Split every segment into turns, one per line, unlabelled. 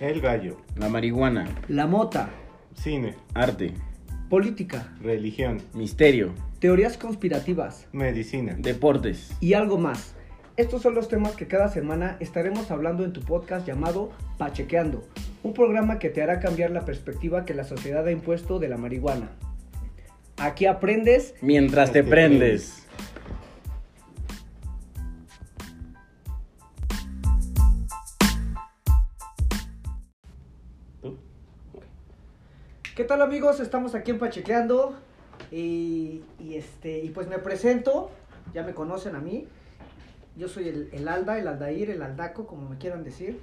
El gallo.
La marihuana.
La mota.
Cine.
Arte.
Política.
Religión.
Misterio.
Teorías conspirativas.
Medicina.
Deportes.
Y algo más. Estos son los temas que cada semana estaremos hablando en tu podcast llamado Pachequeando, un programa que te hará cambiar la perspectiva que la sociedad ha impuesto de la marihuana. Aquí aprendes
Mientras te prendes.
¿Tú?
¿Qué tal amigos? Estamos aquí en Pachequeando y, y, este, y pues me presento, ya me conocen a mí, yo soy el, el Alda, el Aldair, el Aldaco, como me quieran decir,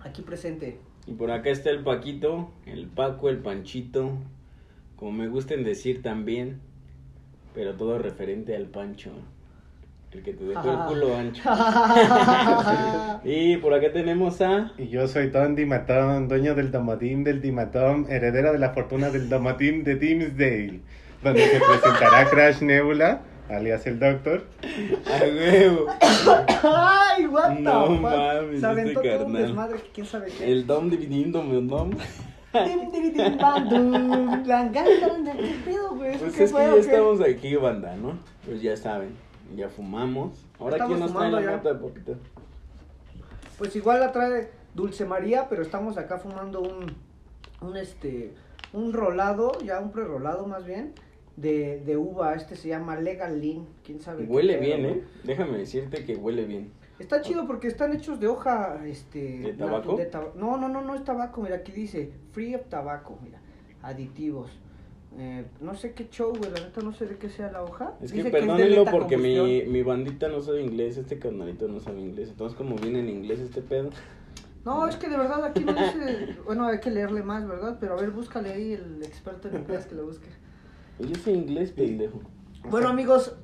aquí presente.
Y por acá está el Paquito, el Paco, el Panchito, como me gusten decir también, pero todo referente al Pancho, el que te dejó el culo ancho. Y por acá tenemos a...
Y yo soy Don Dimatón, dueño del Domatín del Dimatón, heredera de la fortuna del Domatín de Dimsdale, donde se presentará Crash Nebula, alias el Doctor.
A huevo.
¡Ay, what the
No
fuck!
mames,
Se aventó
este
todo un
carnal.
desmadre que quién sabe qué.
El Dom dividiendo mi Dom.
Dim, dim, dim, bam, dum, lan, gan, lan, lan, ¿Qué pedo, güey? ¿Eso
Pues
qué
es que
fue,
ya
o qué?
estamos aquí, banda, ¿no? Pues ya saben, ya fumamos. Ahora,
Estamos
¿quién nos trae
fumando
la
ya.
nota, Paquito?
Pues igual la trae Dulce María, pero estamos acá fumando un, un este, un rolado, ya un prerolado más bien, de, de uva. Este se llama Legal Lean, quién sabe. qué
Huele
pedo,
bien,
güey.
¿eh? Déjame decirte que huele bien.
Está chido porque están hechos de hoja, este...
¿De
natu-
tabaco?
de taba- no, no, no, no es tabaco, mira, aquí dice free of tabaco, mira, aditivos. Eh, no sé qué show, güey, la neta no sé de qué sea la hoja.
Es que
Dice de
perdónenlo
lenta
porque mi,
combustión.
mi bandita no sabe inglés, este carnalito no sabe inglés. Entonces, como viene en inglés este pedo,
No, es que de verdad aquí no dice... bueno, hay que leerle más, ¿verdad? Pero a ver, búscale ahí el experto en inglés que lo busque.
pues yo soy inglés, pendejo.
Bueno, amigos,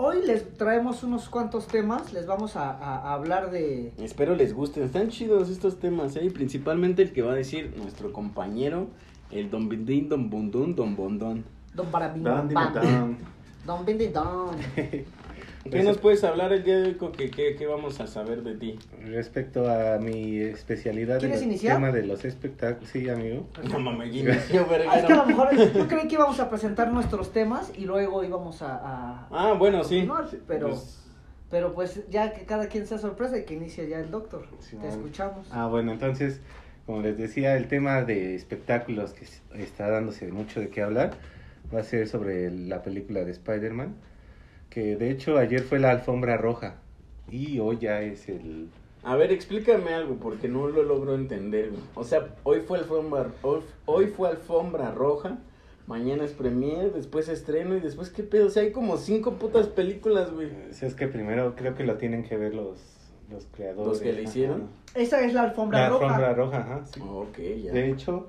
hoy les traemos unos cuantos temas, les vamos a, a- a hablar de...
Espero les gusten, están chidos estos temas, ¿eh? Y principalmente el que va a decir nuestro compañero, el Don Bindín, Don Bundún, Don Bondón.
Don Barabín,
Don
Bam.
Dimatón.
Don Bindi, Don.
¿Qué nos puedes hablar el día de hoy? co- que- que- ¿Qué vamos a saber de ti?
Respecto a mi especialidad en
¿Quieres
el
iniciar?
tema de los espectáculos, sí, amigo.
No mames, Guinness, yo
Ah, Pues, es que a
verguero.
lo mejor yo creí que íbamos a presentar nuestros temas y luego íbamos a. a-
Ah, bueno, sí.
No, pero-
Pues,
Pero pues ya que cada quien sea sorpresa y que inicie ya el doctor.
Sí,
Te
vale.
escuchamos.
Ah, bueno, entonces, como les decía, el tema de espectáculos que s- está dándose mucho de qué hablar va a ser sobre la película de Spider-Man, que de hecho ayer fue la alfombra roja y hoy ya es el...
a ver, explícame algo, porque no lo logro entender. güey. O sea, hoy fue alfombra, hoy, hoy fue alfombra roja, mañana es premier, después estreno y después qué pedo. O sea, hay como cinco putas películas, güey.
O sea, pues es que primero creo que lo tienen que ver los, los creadores.
¿Los que le
ajá.
hicieron?
Esa es la
La
alfombra roja.
alfombra roja, ajá, sí.
Oh, Ok, ya.
De hecho,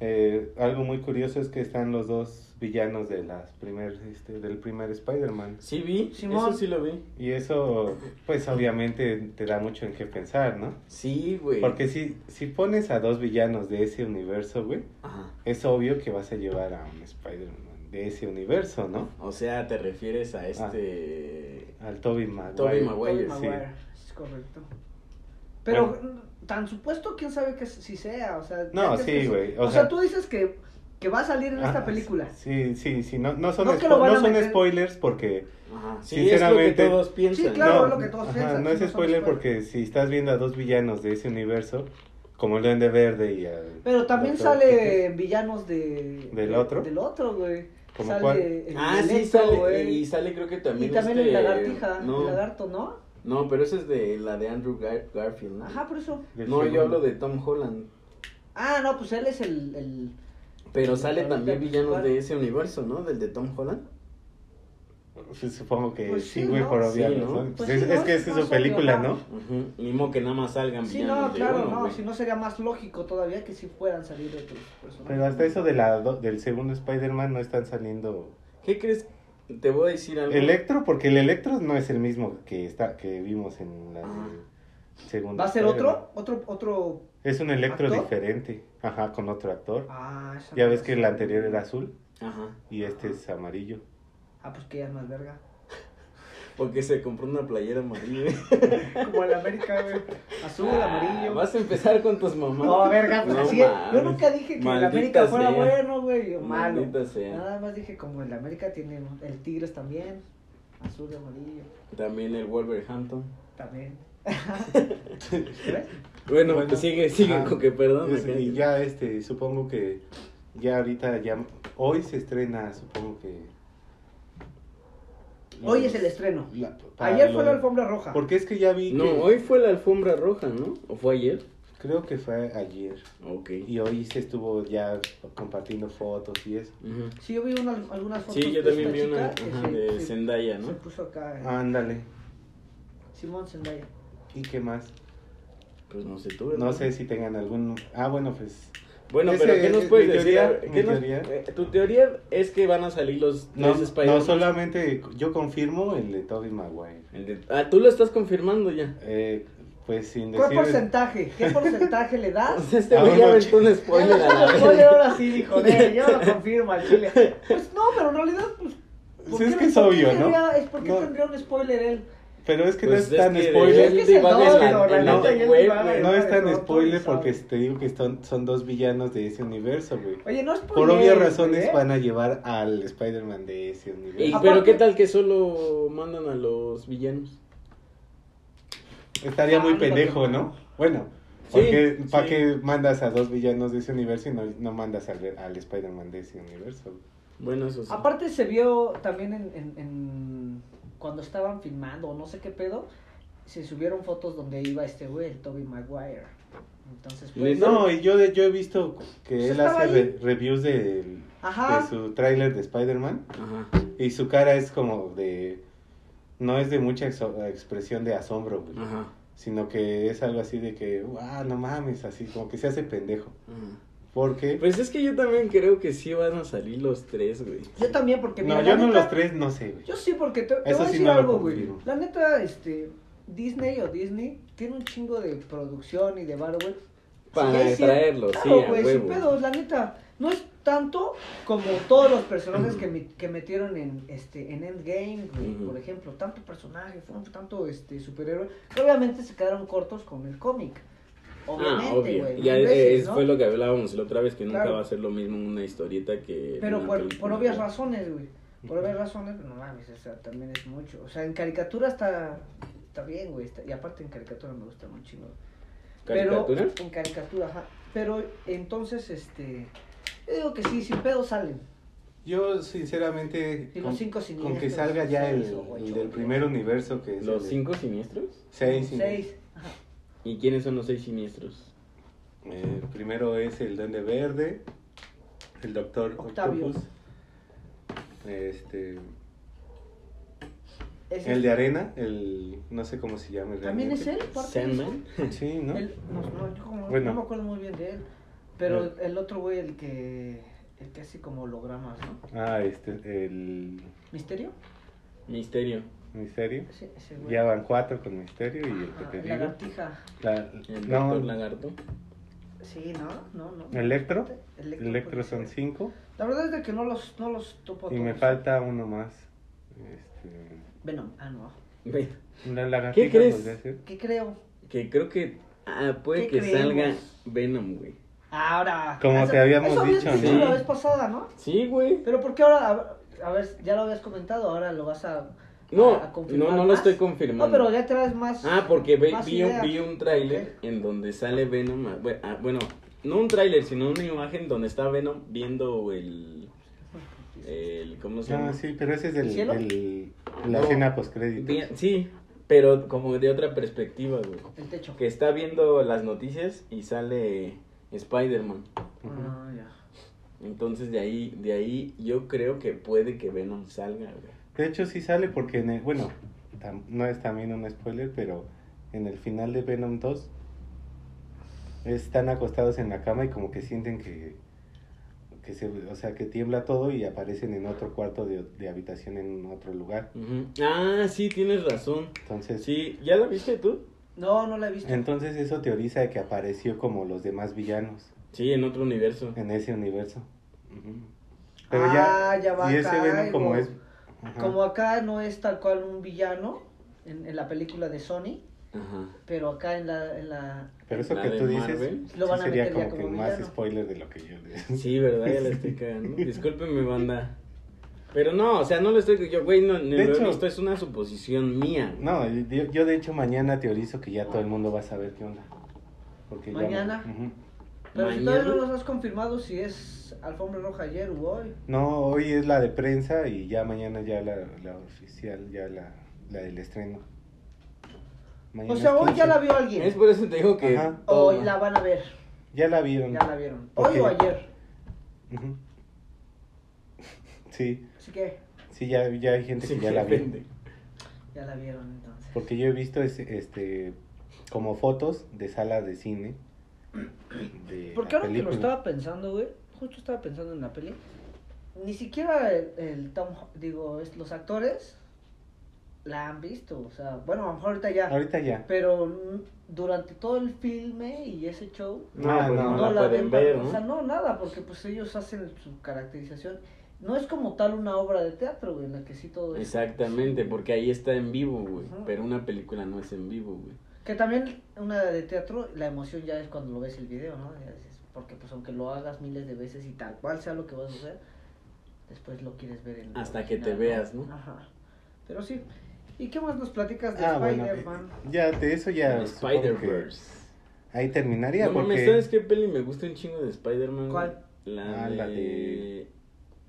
eh, algo muy curioso es que están los dos villanos de las primer, este, del primer Spider-Man.
Sí vi,
Simón.
eso sí lo vi.
Y eso, pues obviamente te da mucho en qué pensar, ¿no?
Sí, güey.
Porque si, si pones a dos villanos de ese universo, güey,
Ajá.
es obvio que vas a llevar a un Spider-Man de ese universo, ¿no?
O sea, te refieres
Ah.
a este...
Al Tobey Maguire.
Tobey
Tobey
Maguire, sí.
Maguire, Es correcto. Pero mm, tan supuesto, quién sabe que si sea. O sea,
No,
ya que
sí,
es-
güey, o
O, sea,
sea-
tú dices que, que va a salir en esta
Ah,
película.
Sí, sí, sí, no, no son,
No es que
spo-
lo van
no
a
son
meter-
spoilers porque...
Ajá. Sí, es lo
Sinceramente-
que todos piensan.
Sí, claro,
no,
es lo que todos
ajá,
piensan,
No
sí,
es
no son
spoiler
spoilers.
porque si estás viendo a dos villanos de ese universo, como el Duende Verde y al...
Pero también
Doctor
sale
Octopus,
villanos de.
¿Del
de-
otro?
Del otro, güey.
¿Cómo
sale
cuál?
el
Ah, sí,
Electro,
sale.
güey.
Y sale creo que
Y
también
también
este...
el lagartija, el
No,
lagarto, ¿no?
no, pero esa es de la de Andrew Gar- Garfield, ¿no?
Ajá, por eso.
del
No,
segundo.
yo hablo de Tom Holland.
Ah, no, pues él es el. el...
Pero
El
sale
lagarto
también villanos
principal.
de ese universo, ¿no? Del de Tom Holland.
Sí, Supongo que
Pues sí,
sí, güey,
¿no?
por
Sí,
obviar
¿no?
razones.
Pues
es,
sí,
es
¿no?
que esa es
No,
su
soy
película,
Obama.
¿no?
Ujú. Mismo que nada más salgan
Sí,
villanos
no,
de
claro,
uno,
no.
güey.
Si no sería más lógico todavía que si fueran salir de otros personajes.
Pero hasta eso de la do- del segundo Spider-Man no están saliendo...
¿Qué crees? Te voy a decir algo.
Electro, porque el Electro no es el mismo que está que vimos en la
Ah.
segunda.
¿Va a ser
Spider-Man.
otro? ¿Otro? otro...
Es un Electro
¿Actor?
diferente, ajá, con otro actor.
Ah, esa
ya
no
ves
sé.
que el anterior era azul
Ajá.
y este es amarillo.
Ah, pues que ya es más verga.
Porque se compró una playera amarilla.
Como el América, güey. Azul, amarillo.
Vas a empezar con tus mamás.
No, a ver, gato,
No
así es. Yo
mames.
nunca dije que el
Maldita
América fuera
sea.
bueno, güey, o malo.
Maldita sea.
Nada más dije como el América tiene el Tigres también, azul y amarillo,
También el Wolverhampton.
también. ¿Ves?
Bueno,
Bueno.
pues sigue, sigue
Ah,
con que perdón.
es-
acá.
y ya, este, supongo que ya ahorita, ya hoy se estrena, supongo que...
Hoy es el estreno.
La- para
Ayer
lo-
fue la alfombra roja.
Porque es que ya vi
No,
que...
hoy fue la alfombra roja, ¿no? ¿O fue ayer?
Creo que fue ayer.
Ok.
Y hoy se estuvo ya compartiendo fotos y eso.
Ujú.
Sí, yo vi una- algunas fotos.
Sí, yo
de
también vi
esta
una
chica que
ajá,
se-
de
se-
Zendaya,
Se
¿no?
puso acá, eh,
Ándale.
Simón Zendaya.
¿Y qué más?
Pues no sé tú.
No
¿verdad?
sé si tengan algún... Ah, bueno, pues...
Bueno,
Ese
pero ¿qué nos
es
puedes
mi
decir?
teoría,
A ver,
mi
¿qué nos-
teoría.
eh, tu teoría es que van a salir los
No,
tres Spider-Man.
no solamente yo confirmo el de Tobey Maguire.
El de- Ah, tú lo estás confirmando ya.
Eh, pues sin
¿Cuál
decir...
porcentaje? ¿Qué porcentaje le
O
das?
sea, este
Ah,
güey ya
bueno,
aventó un spoiler a la
Yo
vez.
ahora sí, dijo, "Eh, yo lo confirmo al chile. Pues no, pero en realidad, pues. ¿por
Sí, es
qué-
que es
por qué
obvio, ¿no?
tendría- Es porque
No.
tendría un spoiler él.
Pero es que
Pues
no es tan
que
spoiler.
él
Es que se
divaga en la-
doble,
la
en la
neta,
y él
web,
divaga,
güey.
¿no?
No es tan
Pero
spoiler
todo
porque
sabe.
te digo que son, son dos villanos de ese universo, güey.
Oye, no ¿eh? es
Por obvias razones
para
van a llevar al Spider-Man de ese
Y,
universo.
Aparte-
pero ¿qué tal que solo mandan a los villanos?
Estaría muy
Ah,
pendejo, ¿no? Bueno,
Sí,
porque ¿para
sí.
qué mandas a dos villanos de ese universo y no, no mandas al, al Spider-Man de ese universo? güey?
Bueno, eso sí.
Aparte se vio también en, en- en- cuando estaban filmando o no sé qué pedo, se subieron fotos donde iba este güey, el Toby Maguire. Entonces, pues,
¿Neta?
Eh, No, y yo, yo he visto que
Pues
él
estaba
hace
ahí.
re- reviews del-
Ajá.
de su tráiler de Spider-Man
Ajá.
y su cara es como de... No es de mucha exo- expresión de asombro, güey.
Ajá.
sino que es algo así de que, ah, no mames, así como que se hace pendejo.
ajá.
Porque
Pues es que yo también creo que sí van a salir los tres, güey.
yo también porque
uh,
mira,
no,
la
yo no
neta-
los tres no sé, güey.
Yo sí porque te, te
Eso
voy a
sí
decir
no lo
algo, güey.
confirmo.
La neta este Disney o Disney tiene un chingo de producción y de bar, güey.
Para
Sí, sí,
traerlo, sí,
claro,
a
güey, sin
huevo.
pedos, la neta. No es tanto como todos los personajes que, mi- que metieron en este en Endgame, güey,
Ujú.
por ejemplo, tanto personaje, fue un- tanto este superhéroe, que obviamente se quedaron cortos con el cómic.
Ah,
Obviamente,
obvio.
güey.
Ya
mil
eh,
veces,
es-
¿no?
fue lo que hablábamos la otra vez, que nunca
Claro.
va a ser lo mismo una historieta que...
Pero
una
por, por
película.
obvias razones, güey. Por obvias razones, no mames, o sea, también es mucho. O sea, en caricatura está, está bien, güey. está- y aparte en caricatura me gusta mucho. chingón.
¿Caricatura?
Pero, en caricatura, ajá. Pero entonces, este. Yo digo que sí, sin pedo salen.
Yo, sinceramente,
Y los
con,
cinco siniestros,
con que salga ya el,
seis o ocho,
el del
güey.
primer universo que es... el
¿Los
de-
cinco siniestros?
Seis. siniestros.
Seis. Ajá.
¿Y quiénes son los seis siniestros?
Eh, primero es el Duende Verde, el Doctor
Octavio.
Octopus, este,
Ese
el de
es-
Arena, el... no sé cómo se llama.
¿También es él?
realmente.
¿Parte de eso?
¿Sandman?
Sí, ¿no?
Él- no, no, yo como-
Bueno.
no me acuerdo muy bien de él. Pero
Bueno.
el otro güey, el que. El que hace como hologramas, ¿no?
Ah, este, el
¿Misterio?
Misterio.
Misterio.
Ese, ese güey.
Ya van cuatro con Misterio y el que
Ajá,
te digo.
lagartija.
La-
El
no,
doctor lagarto.
Sí, no, no, no.
Electro.
Electro,
Electro
puede
son
ser.
cinco.
La verdad es de que no los, no los topo
Y
todos.
me falta uno más. Este,
Venom, ah, no.
Ve,
la lagartija
¿Qué crees?
podría ser.
¿Qué creo?
Que creo que... Ah, puede
¿Qué
que salga
creemos?
Venom, güey.
Ahora.
Como
Eso-
te habíamos
eso habías
dicho,
¿no?
la vez pasada, ¿no?
Sí, güey.
Pero ¿por qué ahora? A ver, a ver, ya lo habías comentado, ahora lo vas a. a-
No,
a Ah, confirmar
no, no lo
más.
estoy
No,
confirmando.
pero ya traes más.
Ah, porque ve-
más
vi, un,
idea.
vi un tráiler en donde sale Venom. ah, bue- ah, Bueno, no un tráiler, sino una imagen donde está Venom viendo el...
pues,
el ¿Cómo se llama?
Ah, sí, pero ese es
¿El
del,
cielo?
del- la
No.
escena postcrédito.
Vi- sí, pero como de otra perspectiva, güey.
El techo.
Que está viendo las noticias y sale Spider-Man.
Ah, ya.
Entonces de ahí, de ahí yo creo que puede que Venom salga, güey.
De hecho, sí sale porque, en el- bueno, tam- no es también un spoiler, pero en el final de Venom 2 están acostados en la cama y como que sienten que, que se, o sea, que tiembla todo y aparecen en otro cuarto de, de habitación en otro lugar.
Ujú. Ah, sí, tienes razón.
Entonces,
Sí, ¿ya la viste tú?
No, no la he visto.
entonces eso teoriza de que apareció como los demás villanos
Sí, en otro universo.
en ese universo. Ujú.
Ah, ya va,
y ese Venom
caigo.
como es Ajá.
Como acá no es tal cual un villano en, en la película de Sony,
Ajá.
pero acá en la... En la
Pero eso
La
que
de
tú dices
Marvel.
Lo van
sí
a
sería
meter ya
como, que
como
más
villano.
spoiler de lo que yo le
Sí, verdad, ya la estoy cagando. Discúlpenme, banda. Pero no, o sea, no lo estoy. Yo, güey, no, ni
De
lo
hecho-
he visto, es una suposición mía.
No, yo, yo de hecho mañana teorizo que ya todo el mundo va a saber qué onda. Porque ya-
¿Mañana?
Ujú.
Pero si
Mañana-
todavía no nos has confirmado si es alfombra roja ayer o hoy.
No, hoy es la de prensa y ya mañana ya la, la oficial, ya la, la del estreno. Mañana
O sea,
es
hoy ya
15.
la vio
Es
alguien.
por eso te digo que.
Ajá.
Hoy
Toma.
la van a ver.
Ya la vieron.
Ya la vieron. Hoy
Ok.
o ayer.
Ujú. Sí,
Así que
sí, ya, ya hay gente
Sí,
que ya la vio.
depende.
ya la vieron entonces.
Porque yo he visto es- este como fotos de sala de cine. De
Porque
la
ahora que lo
película.
estaba pensando, güey, justo estaba pensando en la peli, ni siquiera el, el Tom, Ho- digo, es- los actores la han visto, o sea, bueno, a lo mejor ahorita ya,
Ahorita ya.
pero mm, durante todo el filme y ese show,
No,
Ah,
pues
no,
no,
no
la, pueden ver,
O
¿no?
sea, no, nada, porque pues ellos hacen su caracterización, no es como tal una obra de teatro, güey, en la que sí todo es,
Exactamente, porque ahí está en vivo, güey.
Ajá.
Pero una película no es en vivo, güey.
que también una de teatro, la emoción ya es cuando lo ves el video, ¿no? Ya dices, porque pues aunque lo hagas miles de veces y tal cual sea lo que vas a hacer, después lo quieres ver en
Hasta que te veas, ¿no?
Ajá. Pero sí. ¿Y qué más nos platicas de
Ah, bueno.
Spider-Man?
eh, Ya, de eso ya.
El
supongo que
Spider-Verse.
Ahí terminaría.
No
porque...
mames, ¿sabes qué peli me gusta un chingo de Spider-Man? güey?
¿Cuál?
La,
Ah,
de...
la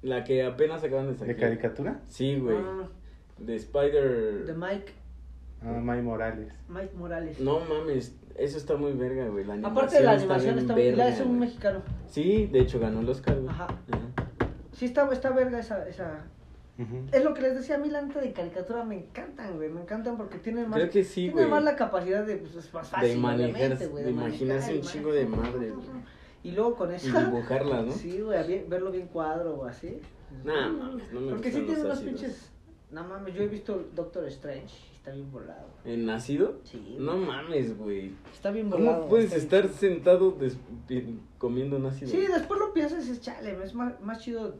la
de-
que apenas acaban de sacar.
¿De caricatura?
Sí, güey.
Ah,
De Spider.
de Mike,
Ah, May Morales.
Mike Morales.
No mames, eso está muy verga, güey. La animación
Aparte de la animación,
bien
está, muy
verga,
es un
güey.
mexicano.
Sí, de hecho ganó el Oscar, güey.
Ajá.
Ajá.
Sí, está, está verga esa, esa.
Ujú.
Es lo que les decía a mí, la neta de caricatura me encantan, güey. Me encantan porque tienen más.
Creo que sí,
Tienen
güey.
más la capacidad de. Pues es más fácil.
De manejar-
obviamente, güey,
de imaginarse un
manejar,
chingo de
manejar.
madre, güey.
Y luego con
Y
esa.
dibujarlas, ¿no?
Sí, güey, bien- verlo bien cuadro o así.
Nah, mames, no me
Porque sí
gustan
tiene
los
unos
ácidos.
pinches. No mames, yo he visto Doctor Strange. Está bien volado.
¿En nacido?
Sí.
No mames, güey.
Está bien volado.
¿Cómo puedes
está
estar
bien-
sentado des- pi- comiendo un ácido?
Sí, después lo piensas y dices, chale, es más, más chido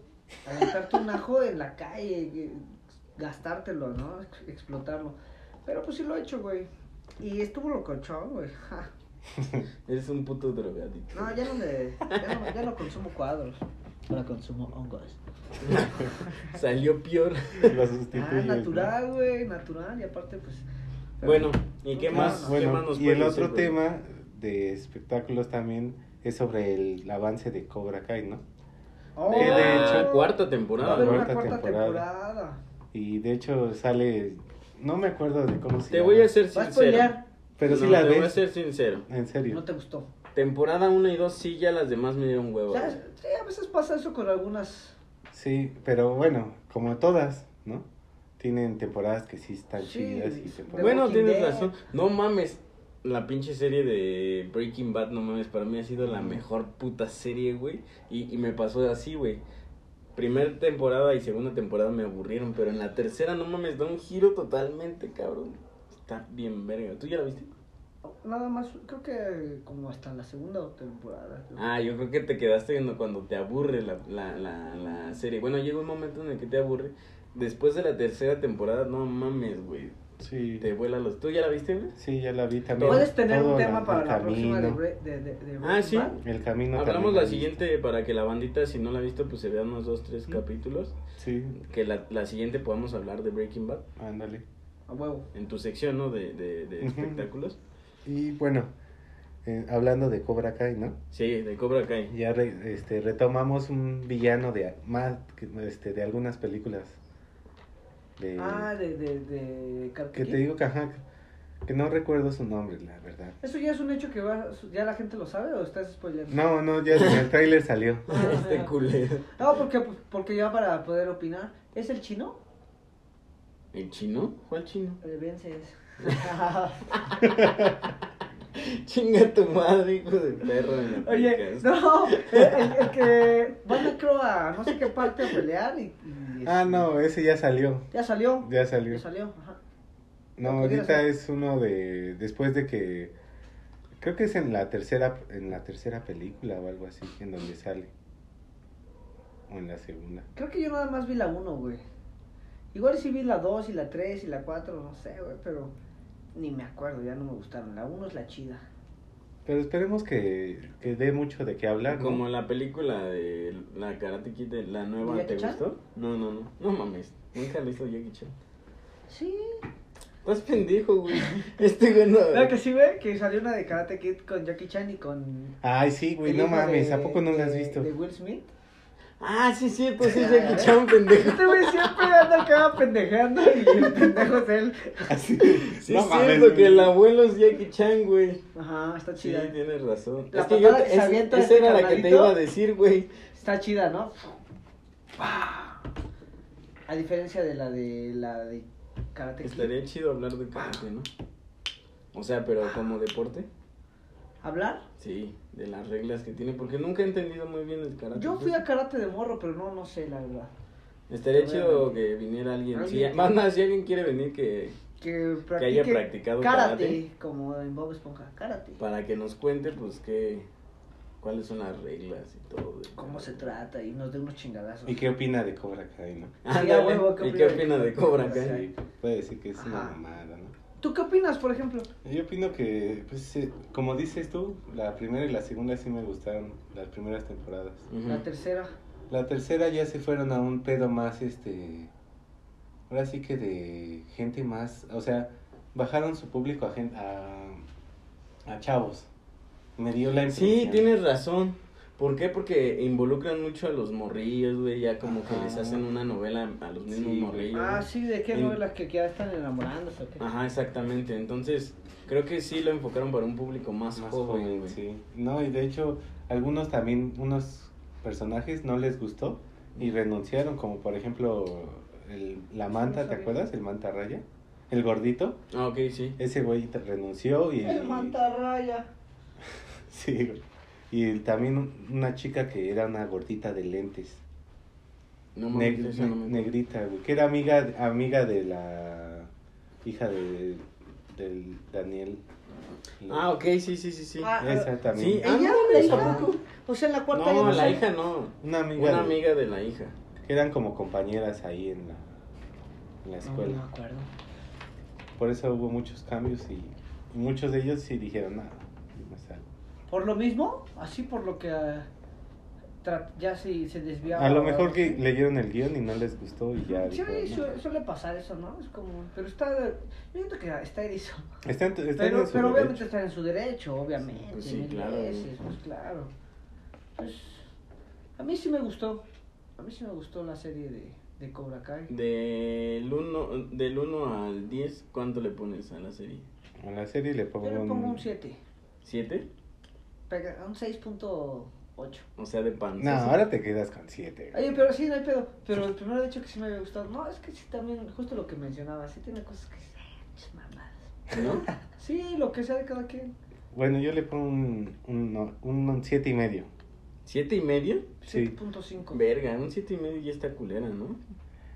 aventarte un ajo en la calle, eh, gastártelo, ¿no? Ex- Explotarlo. Pero pues sí lo he hecho, güey. Y estuvo locochón, güey. ja.
Eres un puto drogadicto.
No, ya no me. Ya no, ya no consumo cuadros. Ahora consumo hongos.
Salió peor.
Lo
Ah,
sustituyes, ¿no?
natural, güey, natural. Y aparte, pues. pero-
Bueno, ¿y qué
Ah,
más?
Más,
¿Qué
bueno,
más nos
y el
puedes
otro
decir, güey?
tema de espectáculos también es sobre el, avance de Cobra Kai, ¿no?
Oh,
De
de
la
hecho-
Ah, cuarta
Va a
temporada,
haber
la
güey.
una
cuarta
cuarta
temporada.
temporada.
Y de hecho sale, no me acuerdo de cómo se
Te
llama,
voy a ser
Vas a
sincero.
spoilear.
Pero si
No,
la
te voy a
ves,
ser sincero.
en serio.
No te gustó.
Temporada 1 y 2 sí, ya las demás me dieron huevo.
O sea, sí, a veces pasa eso con algunas.
Sí, pero bueno, como todas, ¿no? Tienen temporadas que sí están
Sí,
chidas y
de
temporadas...
Bueno,
Walking
tienes
Dead.
razón. No mames. La pinche serie de Breaking Bad, no mames, para mí ha sido la mejor puta serie, güey. Y, y me pasó así, güey. Primera temporada y segunda temporada me aburrieron, pero en la tercera, no mames, da un giro totalmente, cabrón. Está bien verga. ¿Tú ya la viste?
Nada más, creo que como hasta la segunda temporada. creo.
Ah, yo creo que te quedaste viendo cuando te aburre la, la, la, la serie. Bueno, llega un momento en el que te aburre. Después de la tercera temporada, no mames, güey.
Sí,
Te vuela los... ¿Tú ya la viste, güey?
sí, ya la vi también.
Puedes tener
Todo
un
la-
tema para
el
la próxima de,
camino,
Bre- de, de, de
Ah, sí.
Breaking Bad?
El camino
Hablamos
también
la
vi.
siguiente para que la bandita, si no la ha visto, pues se vea unos dos, tres capítulos.
Sí,
Que la, la siguiente podamos hablar de Breaking Bad
ándale.
A huevo.
en tu sección, ¿no? De, de, de
Ujú.
espectáculos.
Y bueno, eh, hablando de Cobra Kai, ¿no?
Sí, de Cobra Kai.
Ya re- este, retomamos un villano de a- más que- este, de algunas películas. De-
Ah, de. de, de Karate
que te
Kid.
digo que, ajá, que no recuerdo su nombre, la verdad.
¿Eso ya es un hecho que va, ya la gente lo sabe o estás spoileando?
No, no, ya en el tráiler salió.
Ah,
Este
ya.
culero.
No, porque, pues, porque ya para poder opinar. ¿Es el chino?
¿El chino? ¿Cuál chino?
El vences.
Chinga tu madre, hijo de perro. me la
Oye,
picas.
no, el, el- el que van creo a no sé qué parte a pelear y, y- este,
Ah, no, ese ya salió.
ya salió,
Ya
ya
salió.
salió, ajá.
No,
Lo pudiera
ahorita
ser.
es uno de. Después de que. Creo que es en la tercera en la tercera película o algo así, en donde sale. O en la segunda.
Creo que yo nada más vi la 1, güey. Igual sí vi la 2 y la 3 y la 4, no sé, güey, pero ni me acuerdo, ya no me gustaron. La 1 es la chida.
Pero esperemos que, que dé mucho de qué hablar. ¿no?
Como la película de la Karate Kid, de la
¿De
nueva,
Jackie
¿te
Chan?
gustó? No, no, no, no mames, nunca le hizo Jackie Chan.
Sí.
Estás pendejo, güey. Este güey no.
¿Verdad que sí, güey? Que salió una de Karate Kid con Jackie Chan y con...
Ay, sí, güey,
el
no
hijo
mames,
de-
¿a poco no la has
de-
visto?
De Will Smith.
Ah, sí, es cierto, sí, es Jackie Chan, pendejo.
Este güey siempre anda acá pendejando y el pendejo es él.
Así.
Sí,
No
es
mames,
cierto que
güey.
el abuelo es Jackie Chan, güey.
Ajá, está
Sí,
chida.
tienes razón.
La
es que yo,
patada que se
es-
avienta
esa
este
era la que te
carnalito.
iba a decir, güey.
Está chida, ¿no? Ah. A diferencia de la de la de Karate Kid.
Estaría chido hablar de karate, ¿no? O sea,
Ah.
pero como deporte.
¿Hablar?
Sí, de las reglas que tiene, porque nunca he entendido muy bien el karate.
Yo fui a karate de morro, pero no, no sé, la verdad.
Estaría
Yo
chido
voy a-
que viniera alguien. Sí,
Alguien.
más nada, si alguien quiere venir, que
Que,
que haya
practique
practicado
karate,
karate,
como en Bob Esponja. Karate.
para que nos cuente, pues, que, cuáles son las reglas y todo. del
¿Cómo se
karate.
trata? Y nos dé unos chingadazos.
¿Y qué opina de Cobra Kai, no?
Ándale,
a huevo, ¿qué
¿Y qué
opina
opina
de
de Cobra Kai?
Sí, puede decir que es una
Ajá.
mamada, ¿no?
¿Tú qué opinas, por ejemplo?
Yo opino que, pues, eh, como dices tú, la primera y la segunda sí me gustaron, las primeras temporadas.
Ujú.
La tercera.
La tercera ya se fueron a un pedo más, este, ahora sí que de gente más, o sea, bajaron su público a, gen- a, a chavos. Me dio la impresión.
Sí, tienes razón. ¿Por qué? Porque involucran mucho a los morrillos, güey. Ya como que les
Ajá.
hacen una novela a los mismos
Ah. Sí, güey.
morrillos.
Ah, sí, ¿de qué
En- Ah,
novelas que ya están enamorándose o qué?
Ajá, exactamente. Entonces, creo que sí lo enfocaron para un público más,
Más
joven,
joven,
güey.
sí. No, y de hecho, algunos también, unos personajes no les gustó y renunciaron, como por ejemplo el- la
Sí,
manta,
no
¿te
sabía.
acuerdas? El manta raya, el gordito.
Ah, ok, sí.
Ese güey te- renunció y...
El mantarraya.
Sí, güey. Y también un- una chica que era una gordita de lentes,
No
neg-
mames, esa no
ne-
me-
negrita, güey, que era amiga, amiga de la hija de, del Daniel.
Ah, ok, sí, sí, sí, sí.
Ah,
Esa también.
sí, ah,
¿Ella?
no,
¿La
no,
hija?
tampoco.
O sea, Pues en la cuarta ya
No, la
sé.
hija no.
Una amiga.
Una
de-
amiga de la hija.
que eran como compañeras ahí en la, en la
No, no me
escuela.
acuerdo.
Por eso hubo muchos cambios y, y muchos de ellos sí dijeron, nada, no salgo".
¿Por lo mismo? Así por lo que eh, tra- ya se, se desviaba.
A lo mejor que leyeron el guión y no les gustó y ya.
Sí,
dijeron, "No".
su- suele pasar eso, ¿no? Es como... Pero está... Yo siento que está erizo.
Está en tu- está
Pero,
en su
pero
derecho.
obviamente están en su derecho, obviamente.
Pues sí,
mil
claro.
veces, pues claro. Pues, a mí sí me gustó. A mí sí me gustó la serie de, de Cobra Kai.
Del 1 del uno al 10, ¿cuánto le pones a la serie?
A la serie le pongo,
Yo le pongo un
un...
7.
¿7?
pega- Un 6.8.
O sea, de pan.
No, ahora te quedas con 7.
Oye, pero sí, no hay pedo. Pero el primero de hecho que sí me había gustado. No, es que sí también, justo lo que mencionaba, sí tiene cosas que... Ch, mamadas.
¿No?
Sí, lo que sea de cada quien.
Bueno, yo le pongo un 7 un, un siete y medio.
¿Siete y medio?
Sí.
7.5.
Verga, un siete y medio ya está culera, ¿no?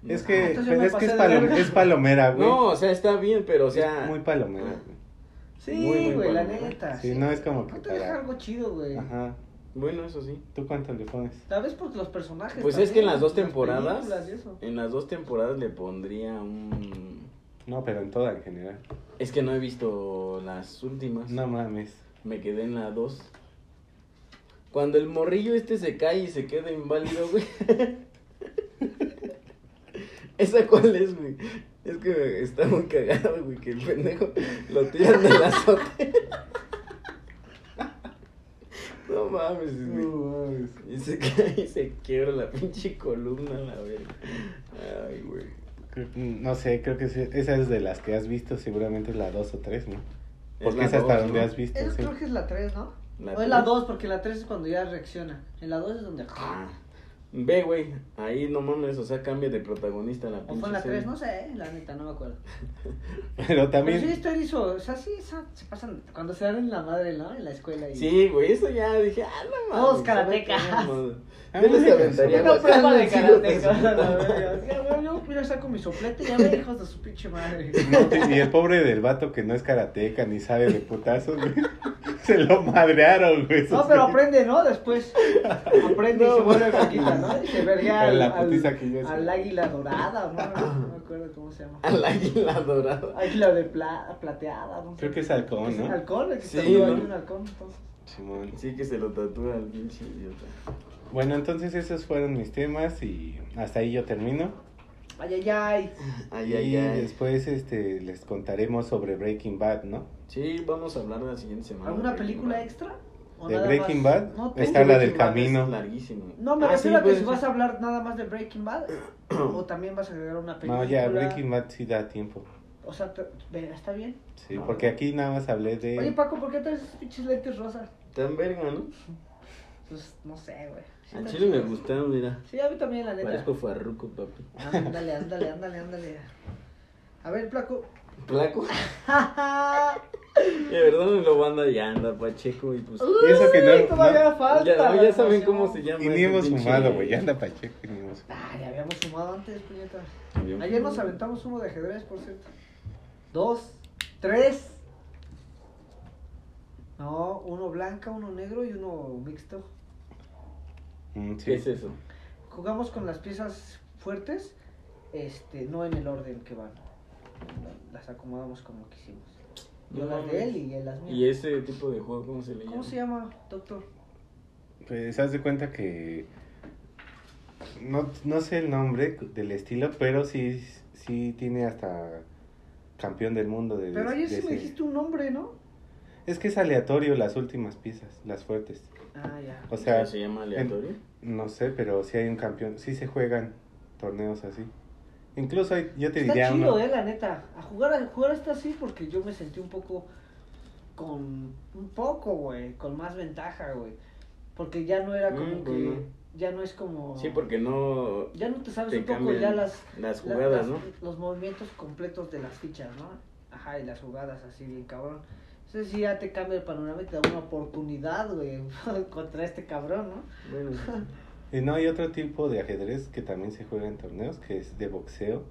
Es
No.
que,
Ah, entonces yo
pero
me
es, que es,
pasé de
palom-
verga.
es palomera, güey.
No, o sea, está bien, pero o sea...
Es muy palomera,
Ah.
güey.
Muy,
Sí,
muy
güey, la
bueno.
neta.
Sí, no, es como que
No te deja
para-
algo chido, güey.
Ajá.
Bueno, eso sí.
¿Tú cuánto le pones?
Tal vez por los personajes.
Pues es que en las dos
también,
temporadas...
películas y eso.
En las dos temporadas le pondría un...
No, pero en toda en general.
Es que no he visto las últimas.
No mames.
Me quedé en la dos. Cuando el morrillo este se cae y se queda inválido, güey. ¿Esa cuál es, güey? Es que está muy cagado, güey, que el pendejo lo tiran del azote. No mames, güey.
mames.
Y se cae y se quiebra la pinche columna, la verga. Ay, güey.
Creo- No sé, creo que sí, esa es de las que has visto, seguramente es la 2 o 3, ¿no?
Es
Porque
la
es hasta
dos,
donde
¿no?
has visto.
Es-
sí.
Creo que es la 3, ¿no?
La
o es la
tres.
2, porque la 3 es cuando ya reacciona. En la 2 es donde.
Ah, Ve, güey, ahí no mames, o sea, cambia de protagonista la
O
pinche
fue en la
serie.
3, no sé, eh, la neta, no me acuerdo.
Pero también,
Pero sí, esto hizo. O sea, sí, esa- se pasan. Cuando se dan en la madre, ¿no? En la escuela. Y...
Sí, güey, eso ya dije, ah, no mames.
Todos karatecas.
¿sabes qué? No,
A
Yo
mí
les
me
aventaría
cansó.
guacán
Una prueba de
al cielo
karate.
de su
cosa, la
puta
verga.
madre.
Ya, güey, Yo, mira, saco mi soplete y ya me hijos de su pinche madre.
y el pobre del vato que no es karateca ni sabe de putazos, güey, Se lo madrearon, güey. esos
No, pero
güeyes.
aprende, ¿no? Después aprende y se
No,
vuelve coquita, ¿no? Y se verga
A
al,
la
al,
putiza que yo hice.
al águila dorada, ¿no? No, me acuerdo cómo se llama.
Al águila dorada.
Águila de pla- plateada, ¿no?
Creo que es halcón,
¿Es
¿no?
un halcón? ¿Es que
Sí,
está vivo
¿no?
ahí un halcón, entonces.
Simón.
Sí, que se lo tatúa al pinche idiota.
Bueno, entonces esos fueron mis temas y hasta ahí yo termino.
Ay, ay, ay.
y
Ay, ay, ay.
después este, les contaremos sobre Breaking Bad, ¿no?
Sí, vamos a hablar la siguiente semana.
¿Alguna película extra? ¿O
De
nada
Breaking
más?
Bad,
No,
está
tengo-
la del
Breaking Bad
camino.
Este es larguísimo.
No, me
Ah, sí,
refiero a que
pues,
si
sí.
vas a hablar nada más de Breaking Bad o también vas a agregar una película.
No, ya Breaking Bad sí da tiempo.
O sea, te- ve, está bien.
Sí, porque aquí nada más hablé de...
Oye, Paco, ¿por qué traes esos pinches lentes rosas?
Tan verga, ¿no?
Pues no sé, güey. Sí,
Al
están
chile me
chidos.
gustaron, mira.
Sí, a mí también, la neta.
Parezco farruco, papi.
Ándale, ándale, ándale, ándale. A ver, Paco.
Placo. De verdad me lo banda ya anda Pacheco y pues.
Uh,
Y eso que no-
Uy, todavía
no-
falta.
ya,
la
ya saben
emoción.
cómo se llama.
Y ni
ese
hemos
pinche-
fumado, güey. Anda Pacheco, y ni hemos
Ah, ya habíamos fumado antes, puñeta.
Habíamos
Ayer nos
fumado.
aventamos uno de ajedrez, por cierto. Dos, tres. No, uno blanca, uno negro y uno mixto.
Mm, sí.
¿Qué es eso?
Jugamos con las piezas fuertes, este, no en el orden que van. Las acomodamos como quisimos. Yo
No
las de él y él las mías.
¿Y ese tipo de juego cómo se le llama?
¿Cómo se llama, doctor?
Pues haz de cuenta que no, no sé el nombre del estilo, pero sí, sí tiene hasta campeón del mundo de,
Pero ayer
de
sí me
ese-
dijiste un nombre, ¿no?
Es que es aleatorio las últimas piezas, las fuertes.
Ah, ya.
O sea,
¿Se llama aleatorio?
no sé, pero sí hay un campeón, sí se juegan torneos así. Incluso hay- yo te
Está
diría
chido,
uno.
eh, la neta. A jugar, a jugar hasta así porque yo me sentí un poco con un poco, güey, con más ventaja, güey. Porque ya no era como
Mm,
que
bueno.
ya no es como
Sí, porque no
ya no te sabes
te
un poco
cambian
ya las
las
la-
jugadas,
las-
¿no?
Los movimientos completos de las fichas, ¿no? Ajá, y las jugadas así bien cabrón. Entonces sí ya te cambia el panorama y te da una oportunidad, güey, contra este cabrón, ¿no?
Bueno,
Y no, hay otro tipo de ajedrez que también se juega en torneos, que es de boxeo